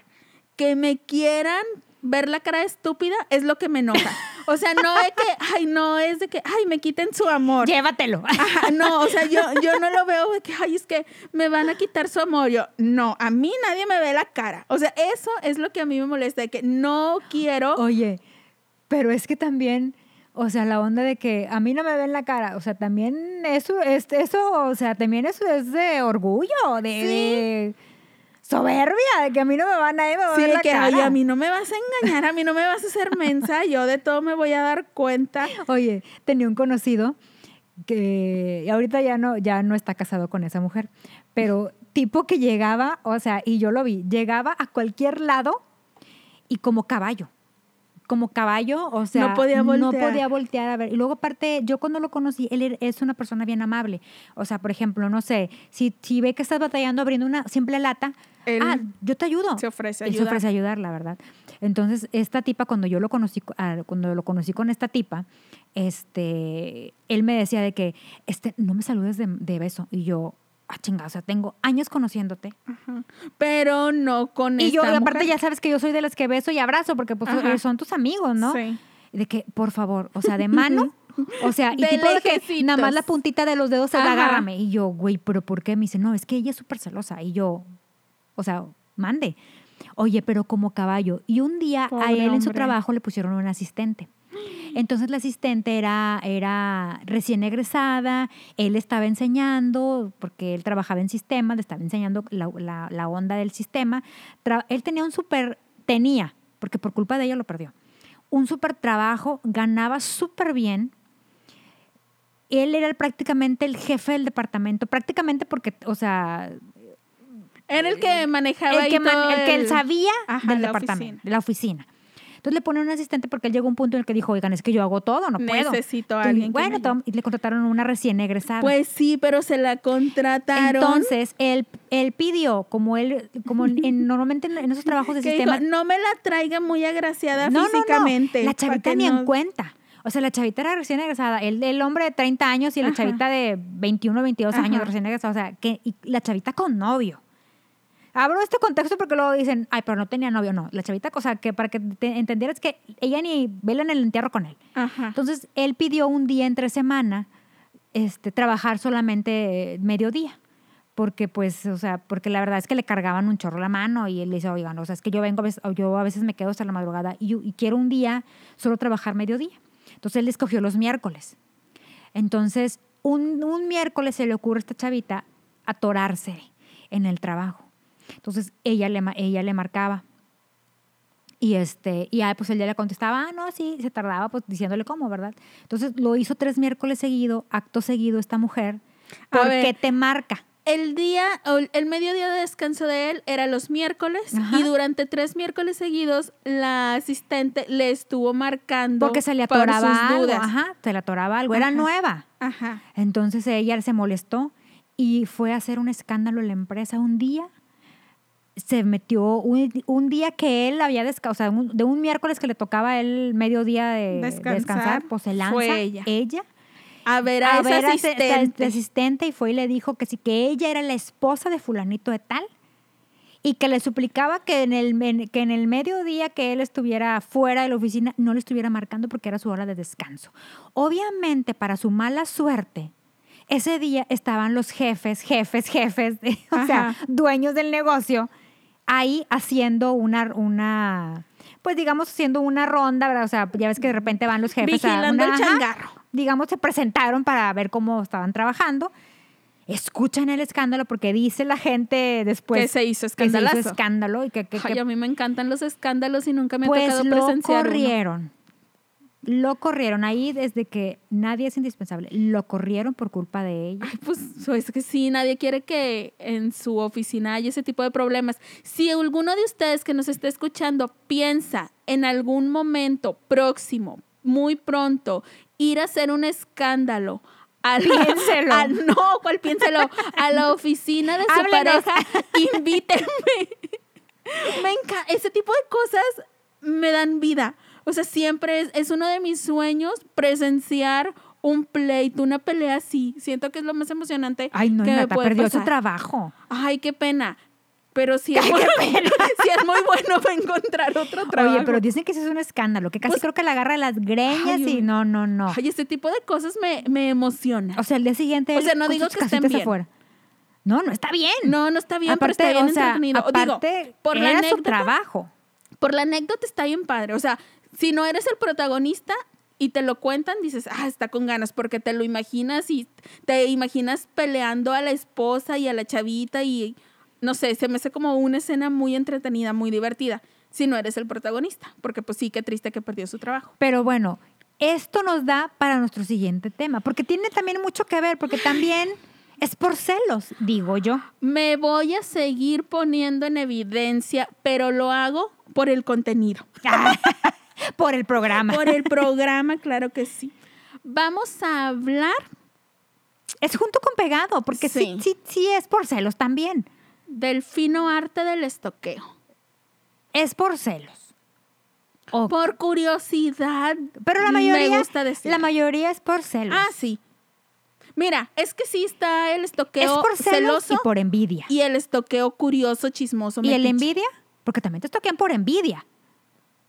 que me quieran ver la cara de estúpida es lo que me enoja. O sea, no es que, ay, no es de que, ay, me quiten su amor.
Llévatelo.
Ajá, no, o sea, yo, yo no lo veo de que, ay, es que me van a quitar su amor. Yo, no, a mí nadie me ve la cara. O sea, eso es lo que a mí me molesta, de que no quiero.
Oye, pero es que también, o sea, la onda de que a mí no me ven la cara, o sea, también eso, es, eso o sea, también eso es de orgullo, de,
Sí.
de soberbia, de que a mí no me van a, nadie me va a
Sí,
ver
de
la
que,
cara.
ay, a mí no me vas a engañar, a mí no me vas a hacer mensa, yo de todo me voy a dar cuenta.
Oye, tenía un conocido que y ahorita ya no, ya no está casado con esa mujer, pero tipo que llegaba, o sea, y yo lo vi, llegaba a cualquier lado y como caballo. Como caballo, o sea,
podía
no
voltear.
podía voltear a ver. Y luego aparte, yo cuando lo conocí, él er- es una persona bien amable. O sea, por ejemplo, no sé, si, si ve que estás batallando abriendo una simple lata,
Él
ah, yo te ayudo.
se ofrece a
Él se
ayudar.
ofrece a ayudar, la verdad. Entonces, esta tipa, cuando yo lo conocí, co- ah, cuando lo conocí con esta tipa, este, él me decía de que, este, no me saludes de, de beso. Y yo, ah, chingada, o sea, tengo años conociéndote.
Ajá. Pero no con
y yo,
esta
y aparte,
mujer.
ya sabes que yo soy de las que beso y abrazo, porque pues
Ajá.
eh, son tus amigos, ¿no?
Sí.
De que, por favor, o sea, de mano, o sea, y
De
tipo de que
lejecitos.
nada más la puntita de los dedos se la
Ajá.
agárrame. Y yo, güey, ¿pero por qué? Me dice, no, es que ella es súper celosa. Y yo, o sea, mande. Oye, pero como caballo. Y un día a
Pobre
él en su
hombre.
trabajo le pusieron un asistente. Entonces la asistente era, era recién egresada, él estaba enseñando, porque él trabajaba en sistemas, le estaba enseñando la, la- la onda del sistema. Tra- él tenía un súper, tenía, porque por culpa de ella lo perdió, un súper trabajo, ganaba súper bien. Él era el- prácticamente el jefe del departamento, prácticamente porque, o sea,
Era el que manejaba
el
ahí
que, man-
todo
el que él
el-
sabía
Ajá,
del
la
departamento,
oficina.
de la oficina. Entonces le ponen un asistente porque él llegó a un punto en el que dijo, oigan, es que yo hago todo, no puedo.
Necesito a
Y
alguien que me
bueno,
ayude.
tom- y le contrataron una recién egresada.
Pues sí, pero se la contrataron.
Entonces, él, él pidió, como él, como en- normalmente en, en esos trabajos de
que dijo,
sistema.
no me la traiga muy agraciada
no,
físicamente.
no, no, la
pa'
chavita
que
ni en
no-
cuenta. O sea, la chavita era recién egresada. El, el hombre de 30 años y la
Ajá.
chavita de 21, 22 años
Ajá.
recién egresada. O sea, que, y la chavita con novio. Abro este contexto porque luego dicen, ay, pero no tenía novio. No, la chavita, o sea, que para que te entendieras que ella ni vela en el entierro con él.
Ajá.
Entonces, él pidió un día entre semana este, trabajar solamente eh, mediodía. Porque, pues, o sea, porque la verdad es que le cargaban un chorro la mano y él le dice, oigan, o sea, es que yo vengo, a veces, o yo a veces me quedo hasta la madrugada y, y quiero un día solo trabajar mediodía. Entonces, él escogió los miércoles. Entonces, un, un miércoles se le ocurre a esta chavita atorarse en el trabajo. Entonces, ella le, ma- ella le marcaba Y, este, y ah, pues él ya le contestaba, ah, no, sí, se tardaba pues diciéndole cómo, ¿verdad? Entonces lo hizo tres miércoles seguido, acto seguido esta mujer,
A
porque
ver.
te marca.
El día, o el- el mediodía de descanso de él era los miércoles
Ajá.
y durante tres miércoles seguidos la asistente le estuvo marcando
Porque se le
por
atoraba
sus
algo,
dudas.
ajá, se le atoraba algo, era
Ajá.
nueva.
Ajá.
Entonces ella se molestó y fue a hacer un escándalo en la empresa un día. Se metió un, un día que él había descansado, o sea, un- de un miércoles que le tocaba a él mediodía de descansar,
Descansar,
pues se
fue
lanza
ella.
ella
A ver a,
a
esa
ver a ese- a ese
asistente.
asistente y fue y le dijo que sí, que ella era la esposa de fulanito de tal y que le suplicaba que en el, men- que en el mediodía que él estuviera fuera de la oficina no le estuviera marcando porque era su hora de descanso. Obviamente, para su mala suerte, ese día estaban los jefes, jefes, jefes, de- o sea,
Ajá.
dueños del negocio, ahí haciendo una... una pues digamos, haciendo una ronda, ¿verdad? O sea, ya ves que de repente van los jefes a
Vigilando
una-
el
ajá,
changarro.
digamos, se presentaron para ver cómo estaban trabajando. Escuchan el escándalo porque dice la gente después
que se hizo
pues, que se hizo
escandalazo.
escándalo y que, que-
Ay,
que-
a mí me encantan los escándalos y nunca me ha
pues
tocado
lo
presenciar uno.
corrieron. Lo corrieron ahí desde que nadie es indispensable. Lo corrieron por culpa de ella.
Ay, pues so- es que sí, nadie quiere que en su oficina haya ese tipo de problemas. Si alguno de ustedes que nos esté escuchando piensa en algún momento próximo, muy pronto, ir a hacer un escándalo. A la-
Piénselo.
a- no, cuál piénselo. A la oficina de su
Háblenos.
pareja, invítenme. Me encanta. Ese tipo de cosas me dan vida. O sea, siempre es, es uno de mis sueños presenciar un pleito, una pelea así. Siento que es lo más emocionante
Ay, no,
que me
Nata,
puede
perdió
pasar.
su trabajo.
Ay, qué pena. Pero si es, muy, si es muy bueno para encontrar otro trabajo.
Oye, pero dicen que eso es un escándalo, que casi
Pues-
creo que la agarra de las greñas
Ay,
y
oye.
no, no, no.
Ay, ese tipo de cosas me, me emociona.
o sea, el día siguiente.
O
él
sea, no
con
digo
sus
que estén
casitas
bien.
afuera. No, no está bien.
no, no está bien, pero está bien entretenido. Digo,
aparte,
por la
era su
anécdota,
trabajo.
por la anécdota está bien padre. O sea, si no eres el protagonista y te lo cuentan, dices, ah, está con ganas, porque te lo imaginas y te imaginas peleando a la esposa y a la chavita y no sé, se me hace como una escena muy entretenida, muy divertida, si no eres el protagonista, porque pues sí, qué triste que perdió su trabajo.
Pero bueno, esto nos da para nuestro siguiente tema, porque tiene también mucho que ver, porque también es por celos, digo yo.
Me voy a seguir poniendo en evidencia, pero lo hago por el contenido.
por el programa.
Ah. Por el programa, claro que sí. Vamos a hablar
Es junto con pegado, porque sí.
Sí.
sí, sí, es por celos también.
del fino arte del estoqueo.
Es por celos. O-
Por curiosidad.
pero la mayoría,
Me gusta decir.
la mayoría es por celos.
ah, sí. Mira, es que sí está el
es
estoqueo
por celos
celoso
y por envidia.
y el estoqueo curioso, chismoso.
¿Y el
metiche.
envidia? Porque también te toquean por envidia.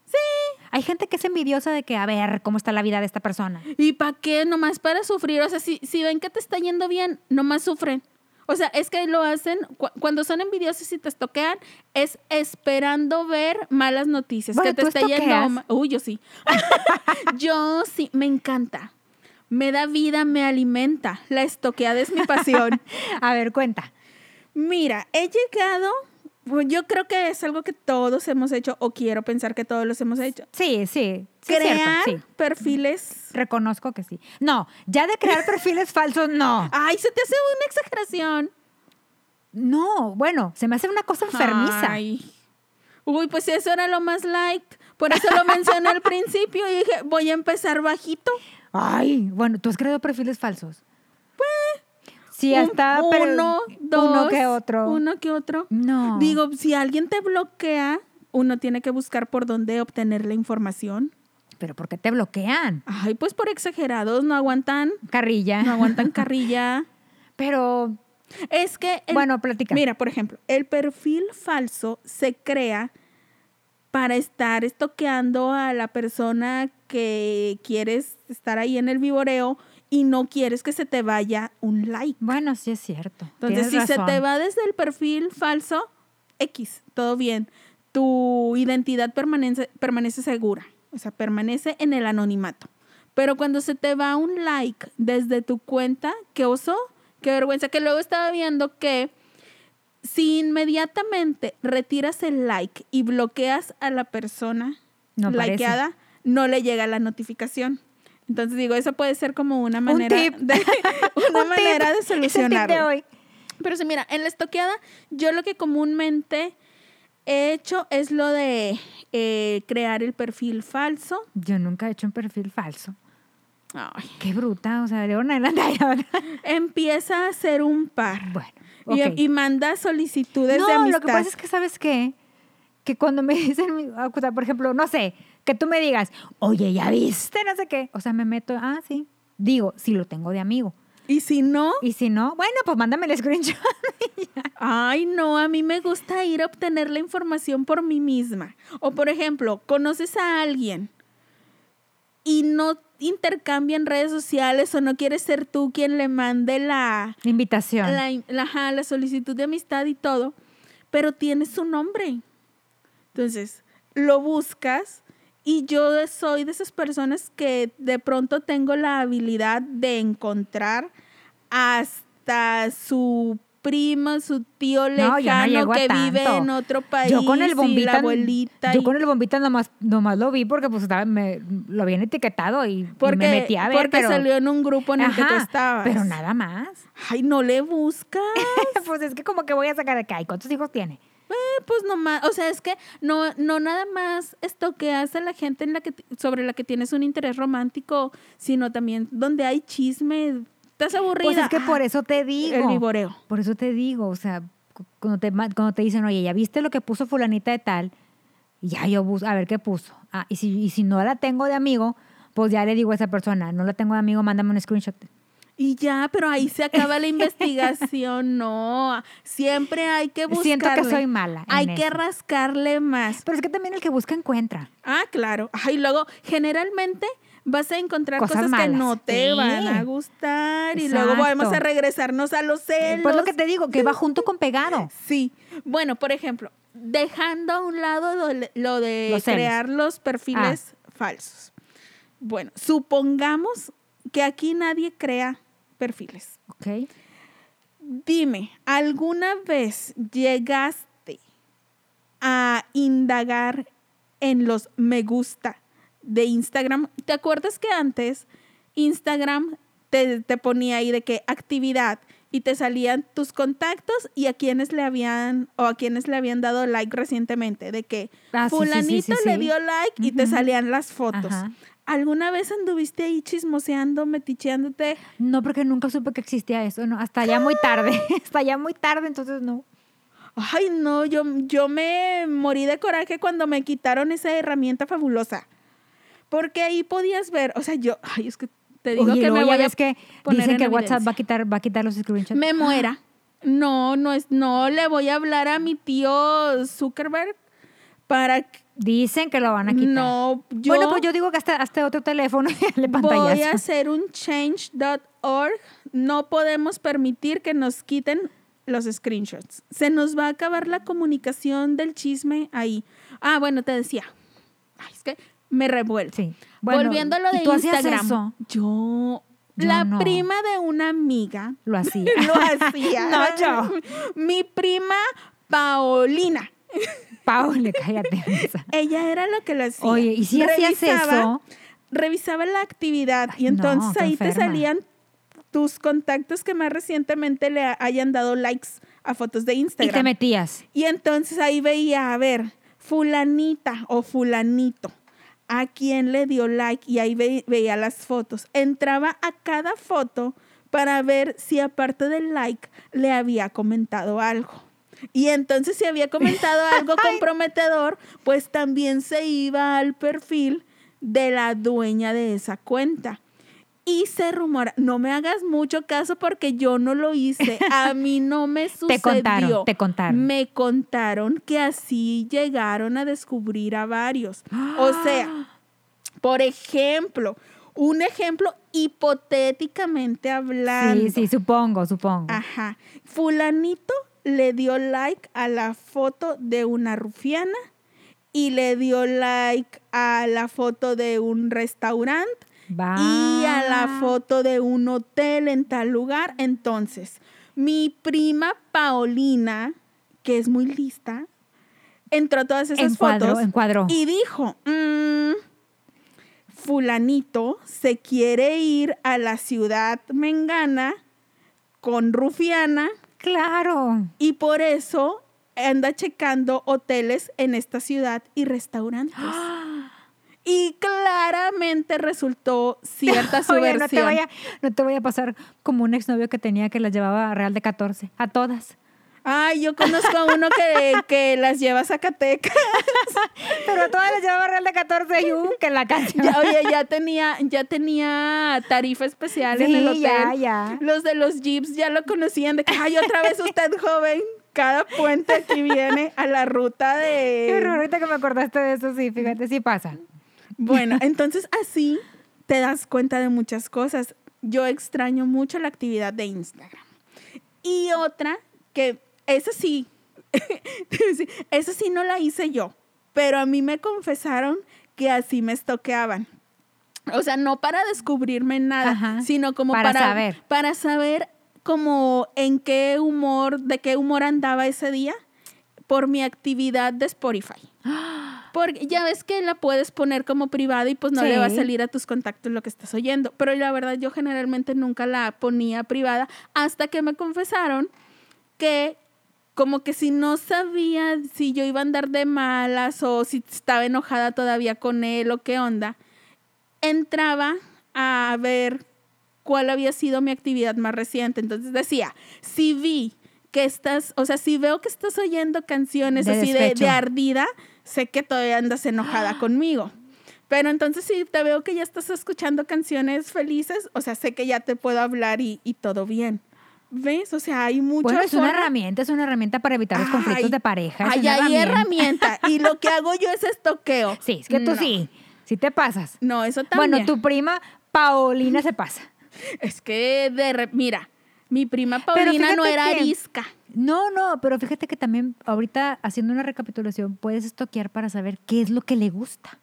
Sí. Hay gente que es envidiosa de que, a ver, cómo está la vida de esta persona.
¿Y para qué? Nomás para sufrir. O sea, si, si ven que te está yendo bien, nomás sufren. O sea, es que lo hacen cu- cuando son envidiosos y te estoquean, es esperando ver malas noticias.
Bueno,
que te
¿tú
está
estoqueas?
yendo. ma- Uy, yo sí. yo sí, me encanta. Me da vida, me alimenta. La estoqueada es mi pasión.
A ver, cuenta.
Mira, he llegado, pues, yo creo que es algo que todos hemos hecho, o quiero pensar que todos los hemos hecho.
Sí, sí. sí es cierto,
Crear
sí.
perfiles.
Reconozco que sí. No, ya de crear perfiles falsos, no.
Ay, se te hace una exageración.
No, bueno, se me hace una cosa enfermiza.
Ay. Uy, pues eso era lo más light. Por eso lo mencioné al principio y dije, voy a empezar bajito.
Ay, bueno, tú has creado perfiles falsos. Pues. Sí,
Un-
hasta. pero-
uno, dos.
Uno que otro.
Uno que otro.
No.
Digo, si alguien te bloquea, uno tiene que buscar por dónde obtener la información.
Pero ¿por qué te bloquean?
Ay, pues por exagerados, no aguantan,
Carrilla.
no aguantan carrilla.
Pero,
Es que. el-
bueno, platica.
Mira, por ejemplo, el perfil falso se crea para estar estoqueando a la persona que quieres estar ahí en el vivoreo y no quieres que se te vaya un like.
Bueno, sí es cierto.
Entonces, si
Tienes
se te
razón.
va desde el perfil falso, X, todo bien. Tu identidad permanece, permanece segura, o sea, permanece en el anonimato. Pero cuando se te va un like desde tu cuenta, qué oso, qué vergüenza. Que luego estaba viendo que Si inmediatamente retiras el like y bloqueas a la persona
No aparece.
likeada, no le llega la notificación. Entonces digo, eso puede ser como una manera
tip.
de una
Un tip.
manera de
Es el tip de
solucionarlo.
hoy.
Pero sí, mira, en la estoqueada, yo lo que comúnmente he hecho es lo de eh, crear el perfil falso.
Yo nunca he hecho un perfil falso.
Ay.
Qué bruta, o sea, de ahora en adelante, ya, ¿verdad?
Empieza a ser un par.
Bueno,
Y-
ok.
Y, manda solicitudes de
No,
amistad.
lo que pasa es que, ¿sabes qué? Que cuando me dicen, mi- o sea, por ejemplo, no sé, que tú me digas, oye, ya viste, no sé qué. O sea, me meto, ah, sí. Digo, si lo tengo de amigo.
Y si no,
Y si no, bueno, pues mándame el screenshot.
ay no, a mí me gusta ir a obtener la información por mí misma. O por ejemplo, conoces a alguien y no intercambian redes sociales o no quieres ser tú quien le mande la,
La invitación.
la, la- ajá, la solicitud de amistad y todo, pero tiene su nombre. Entonces, lo buscas y yo soy de esas personas que de pronto tengo la habilidad de encontrar hasta su primo, su tío
No,
lejano
yo no llego a
que vive
tanto.
en otro país
yo con
y
el bombita,
la abuelita.
yo
y-
con el bombita nomás, nomás lo vi porque pues estaba, me, lo habían etiquetado y, y
porque,
me metí a ver.
porque
pero,
salió en un grupo en el que tú
Ajá,
estabas.
Pero nada más.
Ay, no le buscas.
pues es que como que voy a sacar acá. ¿Y cuántos hijos tiene?
pues nomás, o sea, es que no, no nada más estoqueas a la gente en la que, t- sobre la que tienes un interés romántico, sino también donde hay chisme, estás aburrida.
Pues es que por
Ah,
eso te digo.
El viboreo.
Por eso te digo, o sea, cu- cuando te, ma- cuando te dicen, oye, ya viste lo que puso fulanita de tal, Y ya yo busco, a ver qué puso. Ah, y si, y si no la tengo de amigo, pues ya le digo a esa persona, no la tengo de amigo, mándame un screenshot.
Y ya, pero ahí se acaba la investigación, no. Siempre hay que buscarle.
Siento que soy mala. en
Hay que
eso.
rascarle más.
Pero es que también el que busca encuentra.
Ah, claro. Ay, luego, generalmente vas a encontrar
Cosas
cosas, que
malas.
no te
Sí.
van a gustar y luego
Exacto.
vamos a regresarnos a los celos.
Pues lo que te digo, que va junto con pegado.
Sí. Bueno, por ejemplo, dejando a un lado lo, le- lo de
Los celos.
crear los perfiles falsos. Bueno, supongamos que aquí nadie crea perfiles.
Ok.
Dime, ¿alguna vez llegaste a indagar en los me gusta de Instagram? ¿Te acuerdas que antes Instagram te, te ponía ahí de qué actividad y te salían tus contactos y a quienes le habían o a quienes le habían dado like recientemente? De que
Ah, sí, sí, sí,
fulanito
sí,
le
sí.
dio like y te
Ujú.
salían las fotos.
Ajá.
¿Alguna vez anduviste ahí chismoseando, meticheándote?
No, porque nunca supe que existía eso, no, hasta ya muy tarde, hasta ya muy tarde, entonces no.
Ay, no, yo, yo me morí de coraje cuando me quitaron esa herramienta fabulosa. Porque ahí podías ver, o sea, yo, ay, es que te digo
Oye,
que me
luego
voy
ya
a
ves que
poner
dicen
en
que WhatsApp
evidencia.
va a quitar, va a quitar los screenshots.
me muera. No, no es, no le voy a hablar a mi tío Zuckerberg para que
Dicen que lo van a quitar.
no yo,
bueno, pues yo digo que hasta, hasta otro teléfono
voy
le
a
pantallas.
hacer un change.org. No podemos permitir que nos quiten los screenshots. Se nos va a acabar la comunicación del chisme ahí. Ah, bueno, te decía. Ay, es que me revuelvo.
Sí.
Volviendo a lo
¿y
de
tú hacías
Instagram.
eso?
Yo,
Yo
la
no.
prima de una amiga
Lo hacía.
lo hacía.
No, yo.
Mi prima Paolina.
Paule, cállate. Mensa.
Ella era lo que lo hacía.
Oye, ¿y si hacías
Revisaba-
eso?
Revisaba la actividad
Ay,
y entonces
no, qué
ahí te
enferma.
salían tus contactos que más recientemente le ha- hayan dado likes a fotos de
Y te
Instagram.
metías.
Y entonces ahí veía, a ver, fulanita o fulanito, a quién le dio like y ahí ve- veía las fotos. Entraba a cada foto para ver si aparte del like le había comentado algo. Y entonces si había comentado algo comprometedor, pues también se iba al perfil de la dueña de esa cuenta. Y se rumora, no me hagas mucho caso porque yo no lo hice, a mí no me sucedió.
Te contaron, te contaron.
Me contaron que así llegaron a descubrir a varios. O sea, por ejemplo, un ejemplo hipotéticamente hablando.
Sí, sí, supongo, supongo.
Ajá. Fulanito le dio like a la foto de una rufiana y le dio like a la foto de un restaurante
Va.
y a
Ah.
la foto de un hotel en tal lugar. Entonces, mi prima Paulina que es muy lista, entró a todas esas
Encuadró,
fotos
encuadró.
y dijo, "Mm, fulanito se quiere ir a la ciudad mengana con Rufiana
Claro.
y por eso anda checando hoteles en esta ciudad y restaurantes. Y claramente resultó cierta su
Oye, no, te
versión.
vaya, no te vaya a pasar como un exnovio que tenía que las llevaba a Real de 14. A todas.
Ay, yo conozco a uno que, que las lleva a Zacatecas.
Pero a todas las llevaba a Real de 14 y un que la canción.
Ya, oye, ya tenía, ya tenía tarifa especial en el
Sí,
hotel.
ya, ya.
Los de los jeeps ya lo conocían de que, ay, otra vez usted joven. Cada puente aquí viene a la ruta de...
Qué horror, ahorita que me acordaste de eso, sí, fíjate, sí pasa.
Bueno, entonces así te das cuenta de muchas cosas. Yo extraño mucho la actividad de Instagram. Y otra que esa sí, esa sí no la hice yo, pero a mí me confesaron que así me estoqueaban. O sea, no para descubrirme nada,
Ajá,
sino como para,
para saber.
para saber como en qué humor, de qué humor andaba ese día por mi actividad de Spotify. Porque ya ves que la puedes poner como privada y pues no le va a
Sí.
salir a tus contactos lo que estás oyendo. Pero la verdad yo generalmente nunca la ponía privada hasta que me confesaron que como que si no sabía si yo iba a andar de malas o si estaba enojada todavía con él o qué onda, entraba a ver cuál había sido mi actividad más reciente. Entonces decía, si vi que estás, o sea, si veo que estás oyendo canciones
De
así de,
despecho.
de ardida, sé que todavía andas enojada conmigo. Pero entonces si te veo que ya estás escuchando canciones felices, o sea, sé que ya te puedo hablar y, y todo bien. ¿Ves? O sea, hay mucho...
Bueno, es una herramienta, es una herramienta para evitar los conflictos
Ay,
de pareja. es
Ay,
una
hay
herramienta.
herramienta. Y lo que hago yo es estoqueo.
Sí, es que tú
No.
sí, sí te pasas.
No, eso también.
Bueno, tu prima Paulina se pasa.
Es que, de re- mira, mi prima Paulina
fíjate
no era
que-
arisca.
No, no, pero fíjate que también ahorita haciendo una recapitulación puedes estoquear para saber qué es lo que le gusta.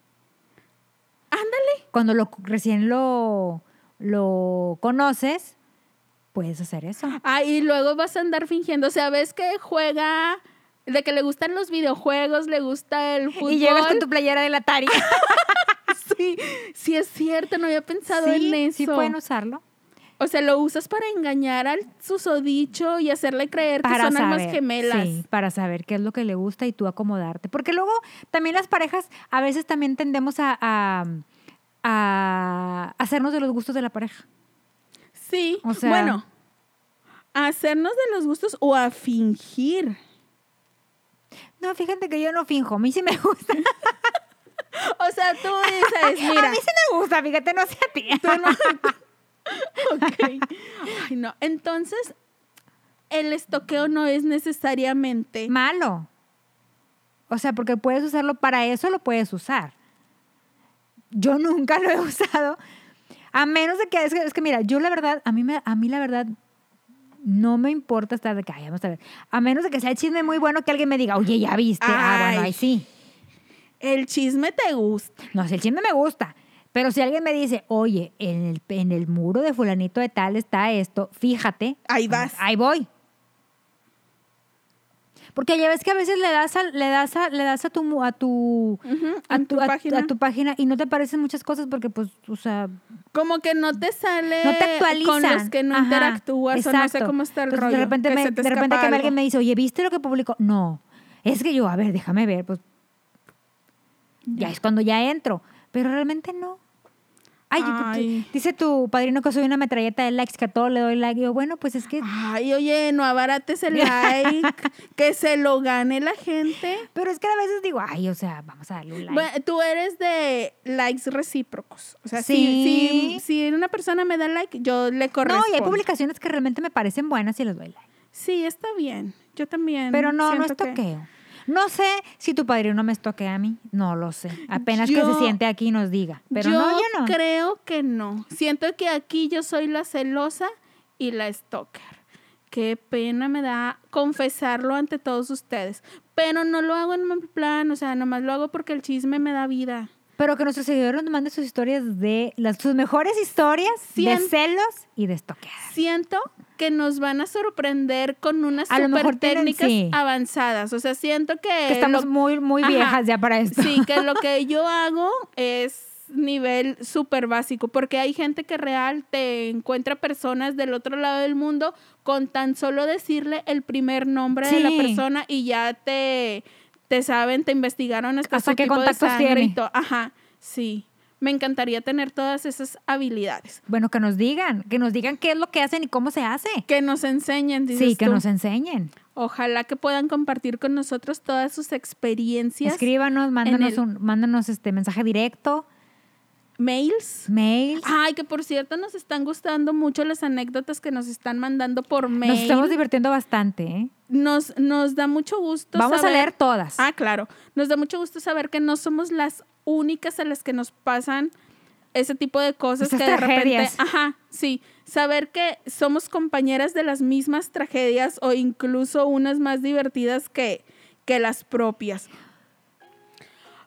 Ándale.
Cuando lo, recién lo, lo conoces, puedes hacer eso.
Ah, y luego vas a andar fingiendo. O sea, ves que juega, de que le gustan los videojuegos, le gusta el fútbol. Ah,
Y llegas con tu playera de la Atari.
Sí, sí es cierto, no había pensado en
sí,
eso.
sí pueden usarlo.
O sea, lo usas para engañar al susodicho y hacerle creer que
para
son
saber,
almas gemelas.
sí, para saber qué es lo que le gusta y tú acomodarte. Porque luego también las parejas a veces también tendemos a, a- a hacernos de los gustos de la pareja.
Sí,
O sea-
bueno, hacernos de los gustos o a fingir.
No, fíjate que yo no finjo, a mí sí me gusta.
O sea, tú dices, mira,
A mí sí me gusta, fíjate, no sé a ti.
tú no- Ok. Ay, no. Entonces, el estoqueo no es necesariamente.
Malo. O sea, porque puedes usarlo para eso, lo puedes usar. Yo nunca lo he usado. A menos de que, es que, es que mira, yo la verdad, a mí, me, a mí la verdad, no me importa estar de que, ay, vamos a ver. A menos de que sea el chisme muy bueno que alguien me diga, oye, ya viste. Ah, bueno,
Ay.
ahí sí.
El chisme te gusta.
No, si el chisme me gusta. Pero si alguien me dice, oye, en el, en el muro de fulanito de tal está esto, fíjate.
Ahí vas.
Ahí voy. Porque ya ves que a veces le das a, le das a, le das a tu mu- a tu,
Ujú,
a
en
tu,
tu
a-
página.
a tu página y no te parecen muchas cosas porque pues, o sea,
Como que no te sale
no te actualizan.
Eh, con los que no
Ajá,
interactúas o no sé
exacto.
cómo está el
Entonces,
rollo.
De repente,
que
me-
se te
de repente
escapa
que
algo.
alguien me dice, oye, ¿viste lo que publicó? No, es que yo, a ver, déjame ver, pues ya es cuando ya entro, pero realmente no. Ay, yo-
Ay.
dice tu padrino que soy una metralleta de likes, que a todo le doy like. Yo, bueno, pues es que
Ay, oye, no abarates el like, que se lo gane la gente.
Pero es que a veces digo, ay, o sea, vamos a darle un like.
Bueno, tú eres de likes recíprocos. O sea, si,
Sí.
si, si una persona me da like, yo le
no,
correspondo.
y hay publicaciones que realmente me parecen buenas y les doy like.
Sí, está bien. Yo también.
Pero no, no es
Em, siento que-
toqueo. No sé si tu padrino me estoquea a mí. No lo sé. Apenas que
Yo-
se siente aquí y nos diga. Pero
yo
no, yo no.
creo que no. Siento que aquí yo soy la celosa y la stalker. Qué pena me da confesarlo ante todos ustedes. Pero no lo hago en mal plan, o sea, nomás lo hago porque el chisme me da vida.
Pero que nuestros seguidores nos manden sus historias de las, sus mejores historias
Cien.
de celos y de estoqueadas.
Siento que nos van a sorprender con unas
A lo
super
mejor tienen-
técnicas
sí.
avanzadas. O sea, siento que.
Que estamos
lo-
muy, muy
Ajá.
viejas ya para esto.
Sí, que lo que yo hago es nivel súper básico, porque hay gente que real te encuentra personas del otro lado del mundo con tan solo decirle el primer nombre de la
Sí.
persona y ya te, te saben, te investigaron hasta,
Hasta
su
qué
tipo de
contactos
sangre y
tiene.
todo. Ajá, sí. Me encantaría tener todas esas habilidades.
Bueno, que nos digan, que nos digan qué es lo que hacen y cómo se hace.
Que nos enseñen, dices
Sí, que
tú.
nos enseñen.
Ojalá que puedan compartir con nosotros todas sus experiencias,
Escríbanos, mándanos,
el-
un, mándanos este mensaje directo,
mails.
mail.
Ay, que por cierto nos están gustando mucho las anécdotas que nos están mandando por mail.
Nos
Nos,
estamos divirtiendo bastante. ¿eh?
nos, da mucho gusto.
Vamos
saber-
a leer todas.
Ah, claro. Nos da mucho gusto saber que no somos las únicas a las que nos pasan ese tipo de cosas
Esas
que de
tragedias.
repente. Ajá, sí. Saber que somos compañeras de las mismas tragedias o incluso unas más divertidas que, que las propias.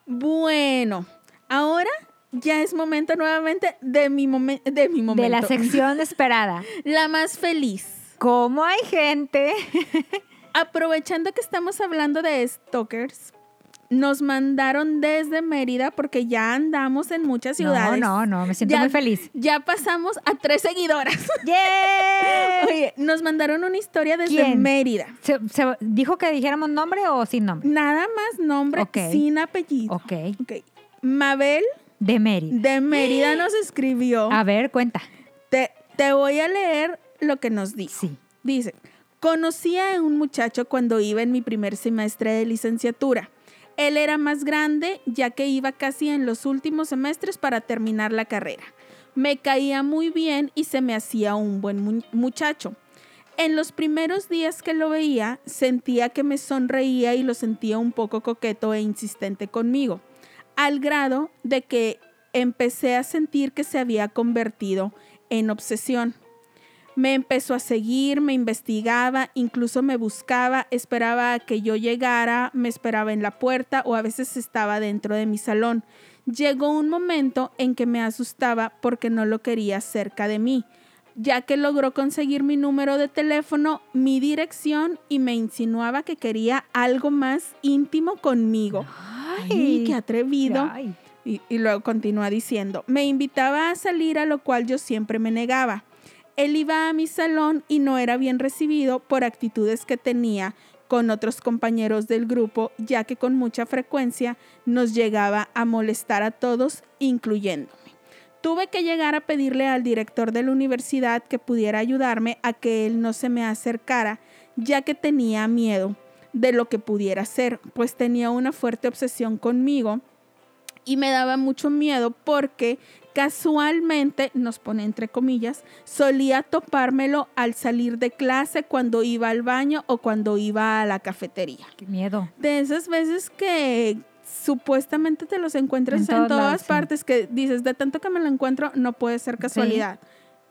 Bueno, ahora ya es momento nuevamente de mi, momen- de mi momento.
de la sección esperada.
La más feliz.
¿Cómo hay gente?
Aprovechando que estamos hablando de stalkers, nos mandaron desde Mérida porque ya andamos en muchas ciudades.
No, no, no, me siento
Ya-
muy feliz.
Ya pasamos a tres seguidoras.
¡Yay!
Oye, nos mandaron una historia desde
¿Quién?
Mérida.
¿Se, se dijo que dijéramos nombre o sin nombre?
Nada más nombre
Ok.
sin apellido.
Ok,
Ok. Mabel
de Mérida.
de Mérida nos escribió.
A ver, cuenta.
Te, te voy a leer lo que nos dijo.
Sí.
Dice, conocí a un muchacho cuando iba en mi primer semestre de licenciatura. Él era más grande ya que iba casi en los últimos semestres para terminar la carrera. Me caía muy bien y se me hacía un buen mu- muchacho. En los primeros días que lo veía, sentía que me sonreía y lo sentía un poco coqueto e insistente conmigo, al grado de que empecé a sentir que se había convertido en obsesión. Me empezó a seguir, me investigaba, incluso me buscaba, esperaba a que yo llegara, me esperaba en la puerta o a veces estaba dentro de mi salón. Llegó un momento en que me asustaba porque no lo quería cerca de mí, ya que logró conseguir mi número de teléfono, mi dirección y me insinuaba que quería algo más íntimo conmigo. ¡Ay, qué atrevido!
Ay.
Y, y luego continúa diciendo, me invitaba a salir a lo cual yo siempre me negaba. Él iba a mi salón y no era bien recibido por actitudes que tenía con otros compañeros del grupo, ya que con mucha frecuencia nos llegaba a molestar a todos, incluyéndome. Tuve que llegar a pedirle al director de la universidad que pudiera ayudarme a que él no se me acercara, ya que tenía miedo de lo que pudiera hacer, pues tenía una fuerte obsesión conmigo y me daba mucho miedo porque casualmente, nos pone entre comillas, solía topármelo al salir de clase cuando iba al baño o cuando iba a la cafetería.
Qué miedo.
De esas veces que supuestamente te los encuentras en,
En todos
todas
lados, sí.
partes, que dices, de tanto que me lo encuentro, no puede ser casualidad.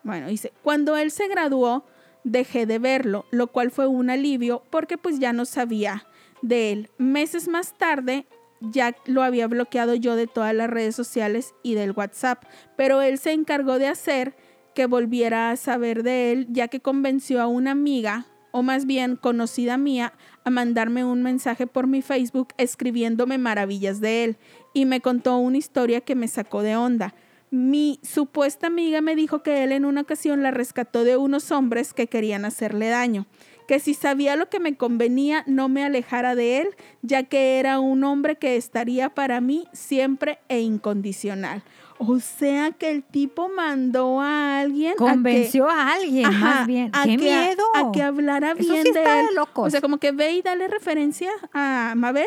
Bueno, dice, cuando él se graduó, dejé de verlo, lo cual fue un alivio porque pues ya no sabía de él. Meses más tarde, ya lo había bloqueado yo de todas las redes sociales y del WhatsApp, pero él se encargó de hacer que volviera a saber de él, ya que convenció a una amiga, o más bien conocida mía, a mandarme un mensaje por mi Facebook escribiéndome maravillas de él y me contó una historia que me sacó de onda. Mi supuesta amiga me dijo que él en una ocasión la rescató de unos hombres que querían hacerle daño, que si sabía lo que me convenía no me alejara de él, ya que era un hombre que estaría para mí siempre e incondicional. O sea que el tipo mandó a alguien
Convenció a, alguien,
a que,
más
Ajá,
bien.
a
¡Qué
que-
miedo!
a que hablara
Eso
bien
sí
de
está
él.
de locos.
O sea, como que ve y dale referencia a Mabel,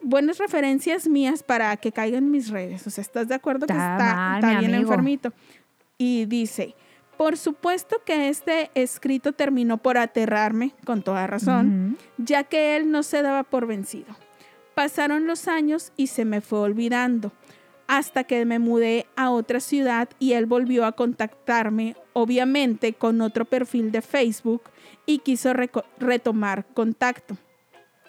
buenas referencias mías para que caigan mis redes. O sea, ¿estás de acuerdo que
Está
está,
mal,
está
mi
bien
amigo.
enfermito? Y dice, por supuesto que este escrito terminó por aterrarme, con toda razón,
Ujú.
ya que él no se daba por vencido. Pasaron los años y se me fue olvidando, hasta que me mudé a otra ciudad y él volvió a contactarme, obviamente con otro perfil de Facebook, y quiso reco- retomar contacto.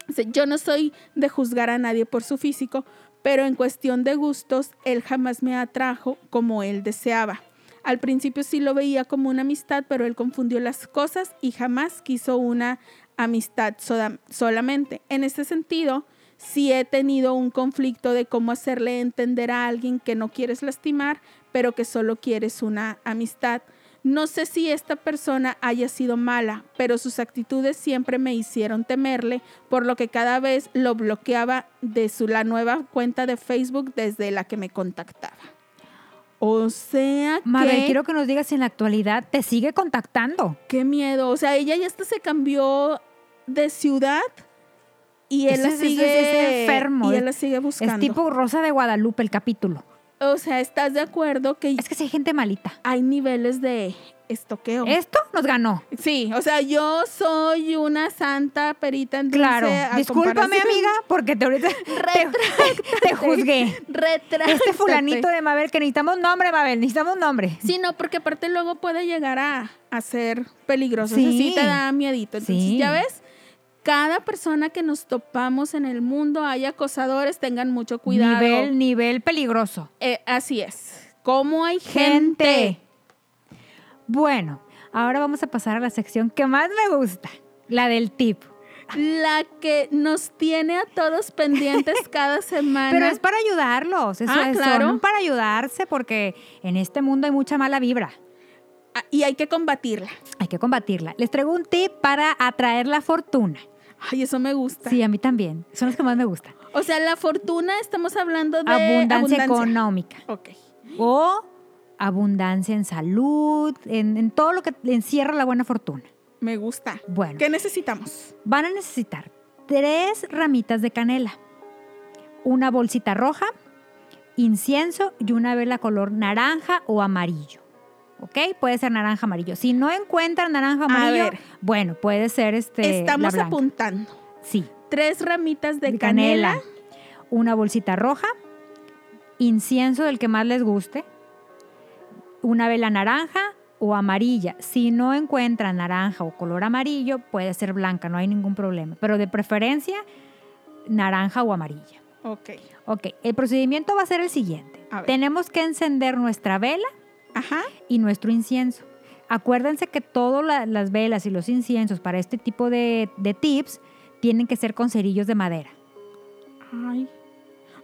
Dice, Yo no soy de juzgar a nadie por su físico, pero en cuestión de gustos, él jamás me atrajo como él deseaba. Al principio sí lo veía como una amistad, pero él confundió las cosas y jamás quiso una amistad soda- solamente. En este sentido, sí he tenido un conflicto de cómo hacerle entender a alguien que no quieres lastimar, pero que solo quieres una amistad. No sé si esta persona haya sido mala, pero sus actitudes siempre me hicieron temerle, por lo que cada vez lo bloqueaba de su la nueva cuenta de Facebook desde la que me contactaba. O sea que
Mabel, quiero que nos digas si en la actualidad te sigue contactando.
qué miedo. O sea, ella ya hasta se cambió de ciudad y él la
Eso es- eso es-
sigue
es enfermo.
y él la sigue buscando.
Es tipo Rosa de Guadalupe el capítulo.
O sea, ¿estás de acuerdo que
Es que si hay gente malita.
hay niveles de estoqueo?
Esto nos ganó.
Sí, o sea, yo soy una santa perita en dulce
Claro.
a
Discúlpame,
comparación-
amiga, porque te ahorita te, te juzgué.
Retráctate.
Este fulanito de Mabel, que necesitamos nombre, Mabel, necesitamos nombre.
Sí, no, porque aparte luego puede llegar a, a ser peligroso. Sí.
Sí.
sí te da miedito. Entonces,
Sí.
ya ves, cada persona que nos topamos en el mundo, hay acosadores, tengan mucho cuidado.
Nivel, nivel peligroso.
Eh, así es. ¿Cómo hay gente?
Gente. Bueno, ahora vamos a pasar a la sección que más me gusta, la del tip.
La que nos tiene a todos pendientes cada semana.
Pero es para ayudarlos, es,
Ah,
es-
claro.
son para ayudarse porque en este mundo hay mucha mala vibra.
Ah, Y hay que combatirla.
Hay que combatirla. Les traigo un tip para atraer la fortuna.
Ay, eso me gusta.
Sí, a mí también. Son los que más me gustan.
O sea, la fortuna, estamos hablando de
Abundancia,
abundancia.
económica
Ok.
o abundancia en salud, en, en todo lo que encierra la buena fortuna.
Me gusta.
Bueno,
¿Qué necesitamos?
van a necesitar tres ramitas de canela, una bolsita roja, incienso y una vela color naranja o amarillo. ¿Ok? Puede ser naranja amarillo. Si no encuentran naranja amarillo,
ver.
bueno, puede ser este. la
estamos
blanca.
apuntando.
Sí.
Tres ramitas de, canela.
Una bolsita roja, incienso del que más les guste, una vela naranja o amarilla. Si no encuentran naranja o color amarillo, puede ser blanca, no hay ningún problema. Pero de preferencia, naranja o amarilla.
Ok.
Ok, el procedimiento va a ser el siguiente.
A ver.
Tenemos que encender nuestra vela
Ajá.
y nuestro incienso. Acuérdense que todas la- las velas y los inciensos para este tipo de, de tips tienen que ser con cerillos de madera.
Ay.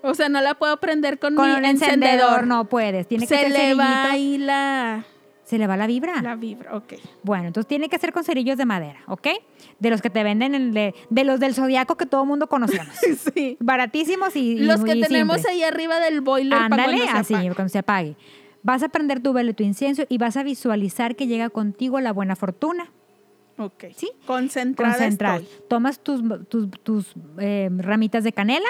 O sea, no la puedo prender con,
Con
mi
un encendedor,
encendedor.
no puedes. Tiene que
Se
ser
le va
cerillito.
ahí la,
Se le va la vibra.
la vibra. Ok.
Bueno, entonces tiene que ser con cerillos de madera, ¿ok? De los que te venden, el de, de los del zodiaco que todo mundo conocemos.
sí.
Baratísimos y. y
Los que
muy
tenemos
simples.
ahí arriba del boiler. pa'
Ándale,
cuando se
así,
apaga.
cuando se apague. Vas a prender tu velo y tu incienso y vas a visualizar que llega contigo la buena fortuna.
Ok.
Sí.
Concentrada
Concentrar.
estoy.
Tomas tus, tus, tus, eh, ramitas de canela,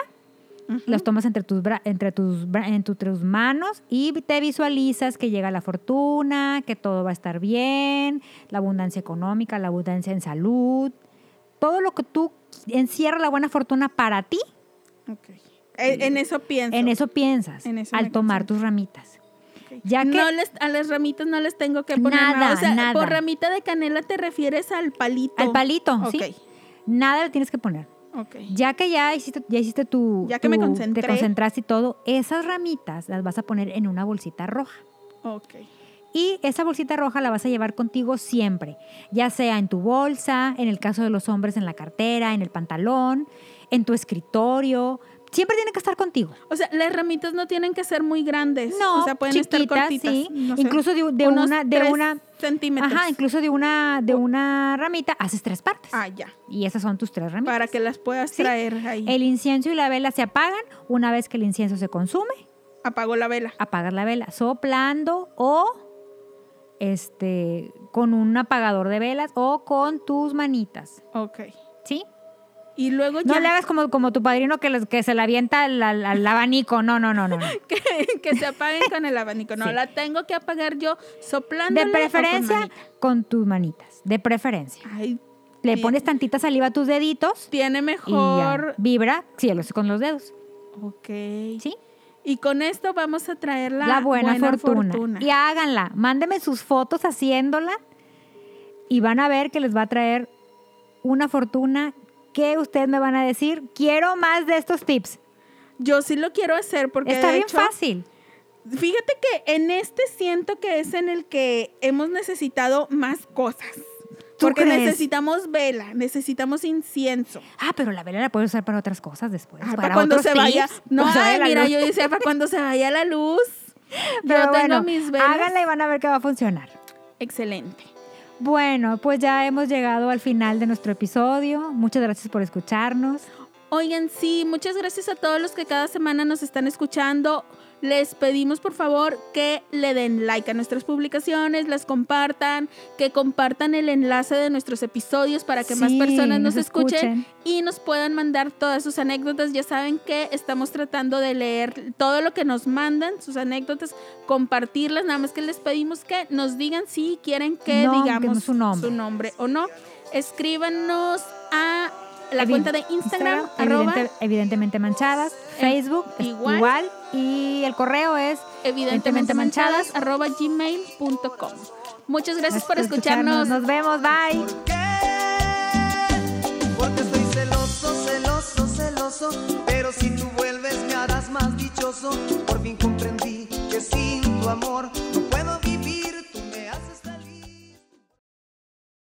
Ujú.
Los tomas entre tus, bra- entre tus, bra- en tu- tus manos y te visualizas que llega la fortuna, que todo va a estar bien, la abundancia económica, la abundancia en salud. Todo lo que tú encierra la buena fortuna para ti,
Ok. E, En, en eso pienso.
en eso piensas
En eso me
al tomar
concentro.
tus ramitas.
Ok.
Ya que
No les, a las ramitas no les tengo que poner
Nada,
nada. O sea,
nada.
por ramita de canela te refieres al palito.
al palito, ¿sí?
Ok,
Nada le tienes que poner.
ok.
Ya que ya hiciste, ya hiciste tu...
Ya que me
tu-
concentré.
Te concentraste y todo, esas ramitas las vas a poner en una bolsita roja.
Ok.
Y esa bolsita roja la vas a llevar contigo siempre, ya sea en tu bolsa, en el caso de los hombres en la cartera, en el pantalón, en tu escritorio. Siempre tiene que estar contigo.
O sea, las ramitas no tienen que ser muy grandes.
No,
o sea, pueden estar
chiquitas,
cortitas.
sí.
no sé,
incluso de, de
unos
una, de
tres
una,
centímetros.
ajá, incluso de una, de una ramita haces tres partes.
Oh. Ah, ya.
Y esas son tus tres ramitas.
Para que las puedas
Sí.
traer ahí.
El incienso y la vela se apagan una vez que el incienso se consume.
Apagó la vela.
apagar la vela soplando o este con un apagador de velas o con tus manitas,
Ok.
¿sí?
Y luego
No
ya
le hagas como, como tu padrino que, les- que se le avienta al, al- al abanico, no, no, no, no. no.
que, que se apaguen con el abanico. No,
Sí.
la tengo que apagar yo soplando.
De preferencia con tus manitas, de preferencia.
Ay,
Le
Bien.
pones tantita saliva a tus deditos
tiene
y ya.
mejor.
vibra, sí, los- con los dedos,
Ok.
¿sí?
Y con esto vamos a traer la,
La, buena, fortuna. Y
Y,
háganla, mándenme sus fotos haciéndola y van a ver que les va a traer una fortuna que ustedes me van a decir, quiero más de estos tips.
Yo sí lo quiero hacer porque
Está
de
bien
hecho,
fácil.
Fíjate que en este siento que es en el que hemos necesitado más cosas.
¿Tú
Porque
crees?
necesitamos vela, necesitamos incienso.
Ah, pero la vela la puedes usar para otras cosas después.
Ah, para,
Pues para
cuando
otros
se vaya.
tips,
No,
cuando se vaya
ay,
la
mira,
luz.
yo decía, para cuando se vaya la luz.
Pero
yo tengo
bueno,
mis velas.
Háganla y van a ver que va a funcionar.
Excelente.
Bueno, pues ya hemos llegado al final de nuestro episodio. Muchas gracias por escucharnos.
Oigan, sí, muchas gracias a todos los que cada semana nos están escuchando. Les pedimos por favor que le den like a nuestras publicaciones, las compartan, que compartan el enlace de nuestros episodios para que más
Sí,
personas
nos
nos, escuchen,
escuchen.
y nos puedan mandar todas sus anécdotas. Ya saben que estamos tratando de leer todo lo que nos mandan, sus anécdotas, compartirlas, nada más que les pedimos que nos digan si quieren que
No, que no
digamos
su nombre.
nombre o no. Escríbanos a la
Evi-
cuenta de Instagram, arroba Eh,
evidente- evidentemente manchadas. Facebook es
igual.
igual. Y el correo es
evidentemente manchadas arroba gmail.com. Muchas gracias por escucharnos.
Nos vemos. Bye.
¿Por qué? Porque estoy celoso, celoso, celoso. Pero si tú vuelves me harás más dichoso. Por fin comprendí que sin tu amor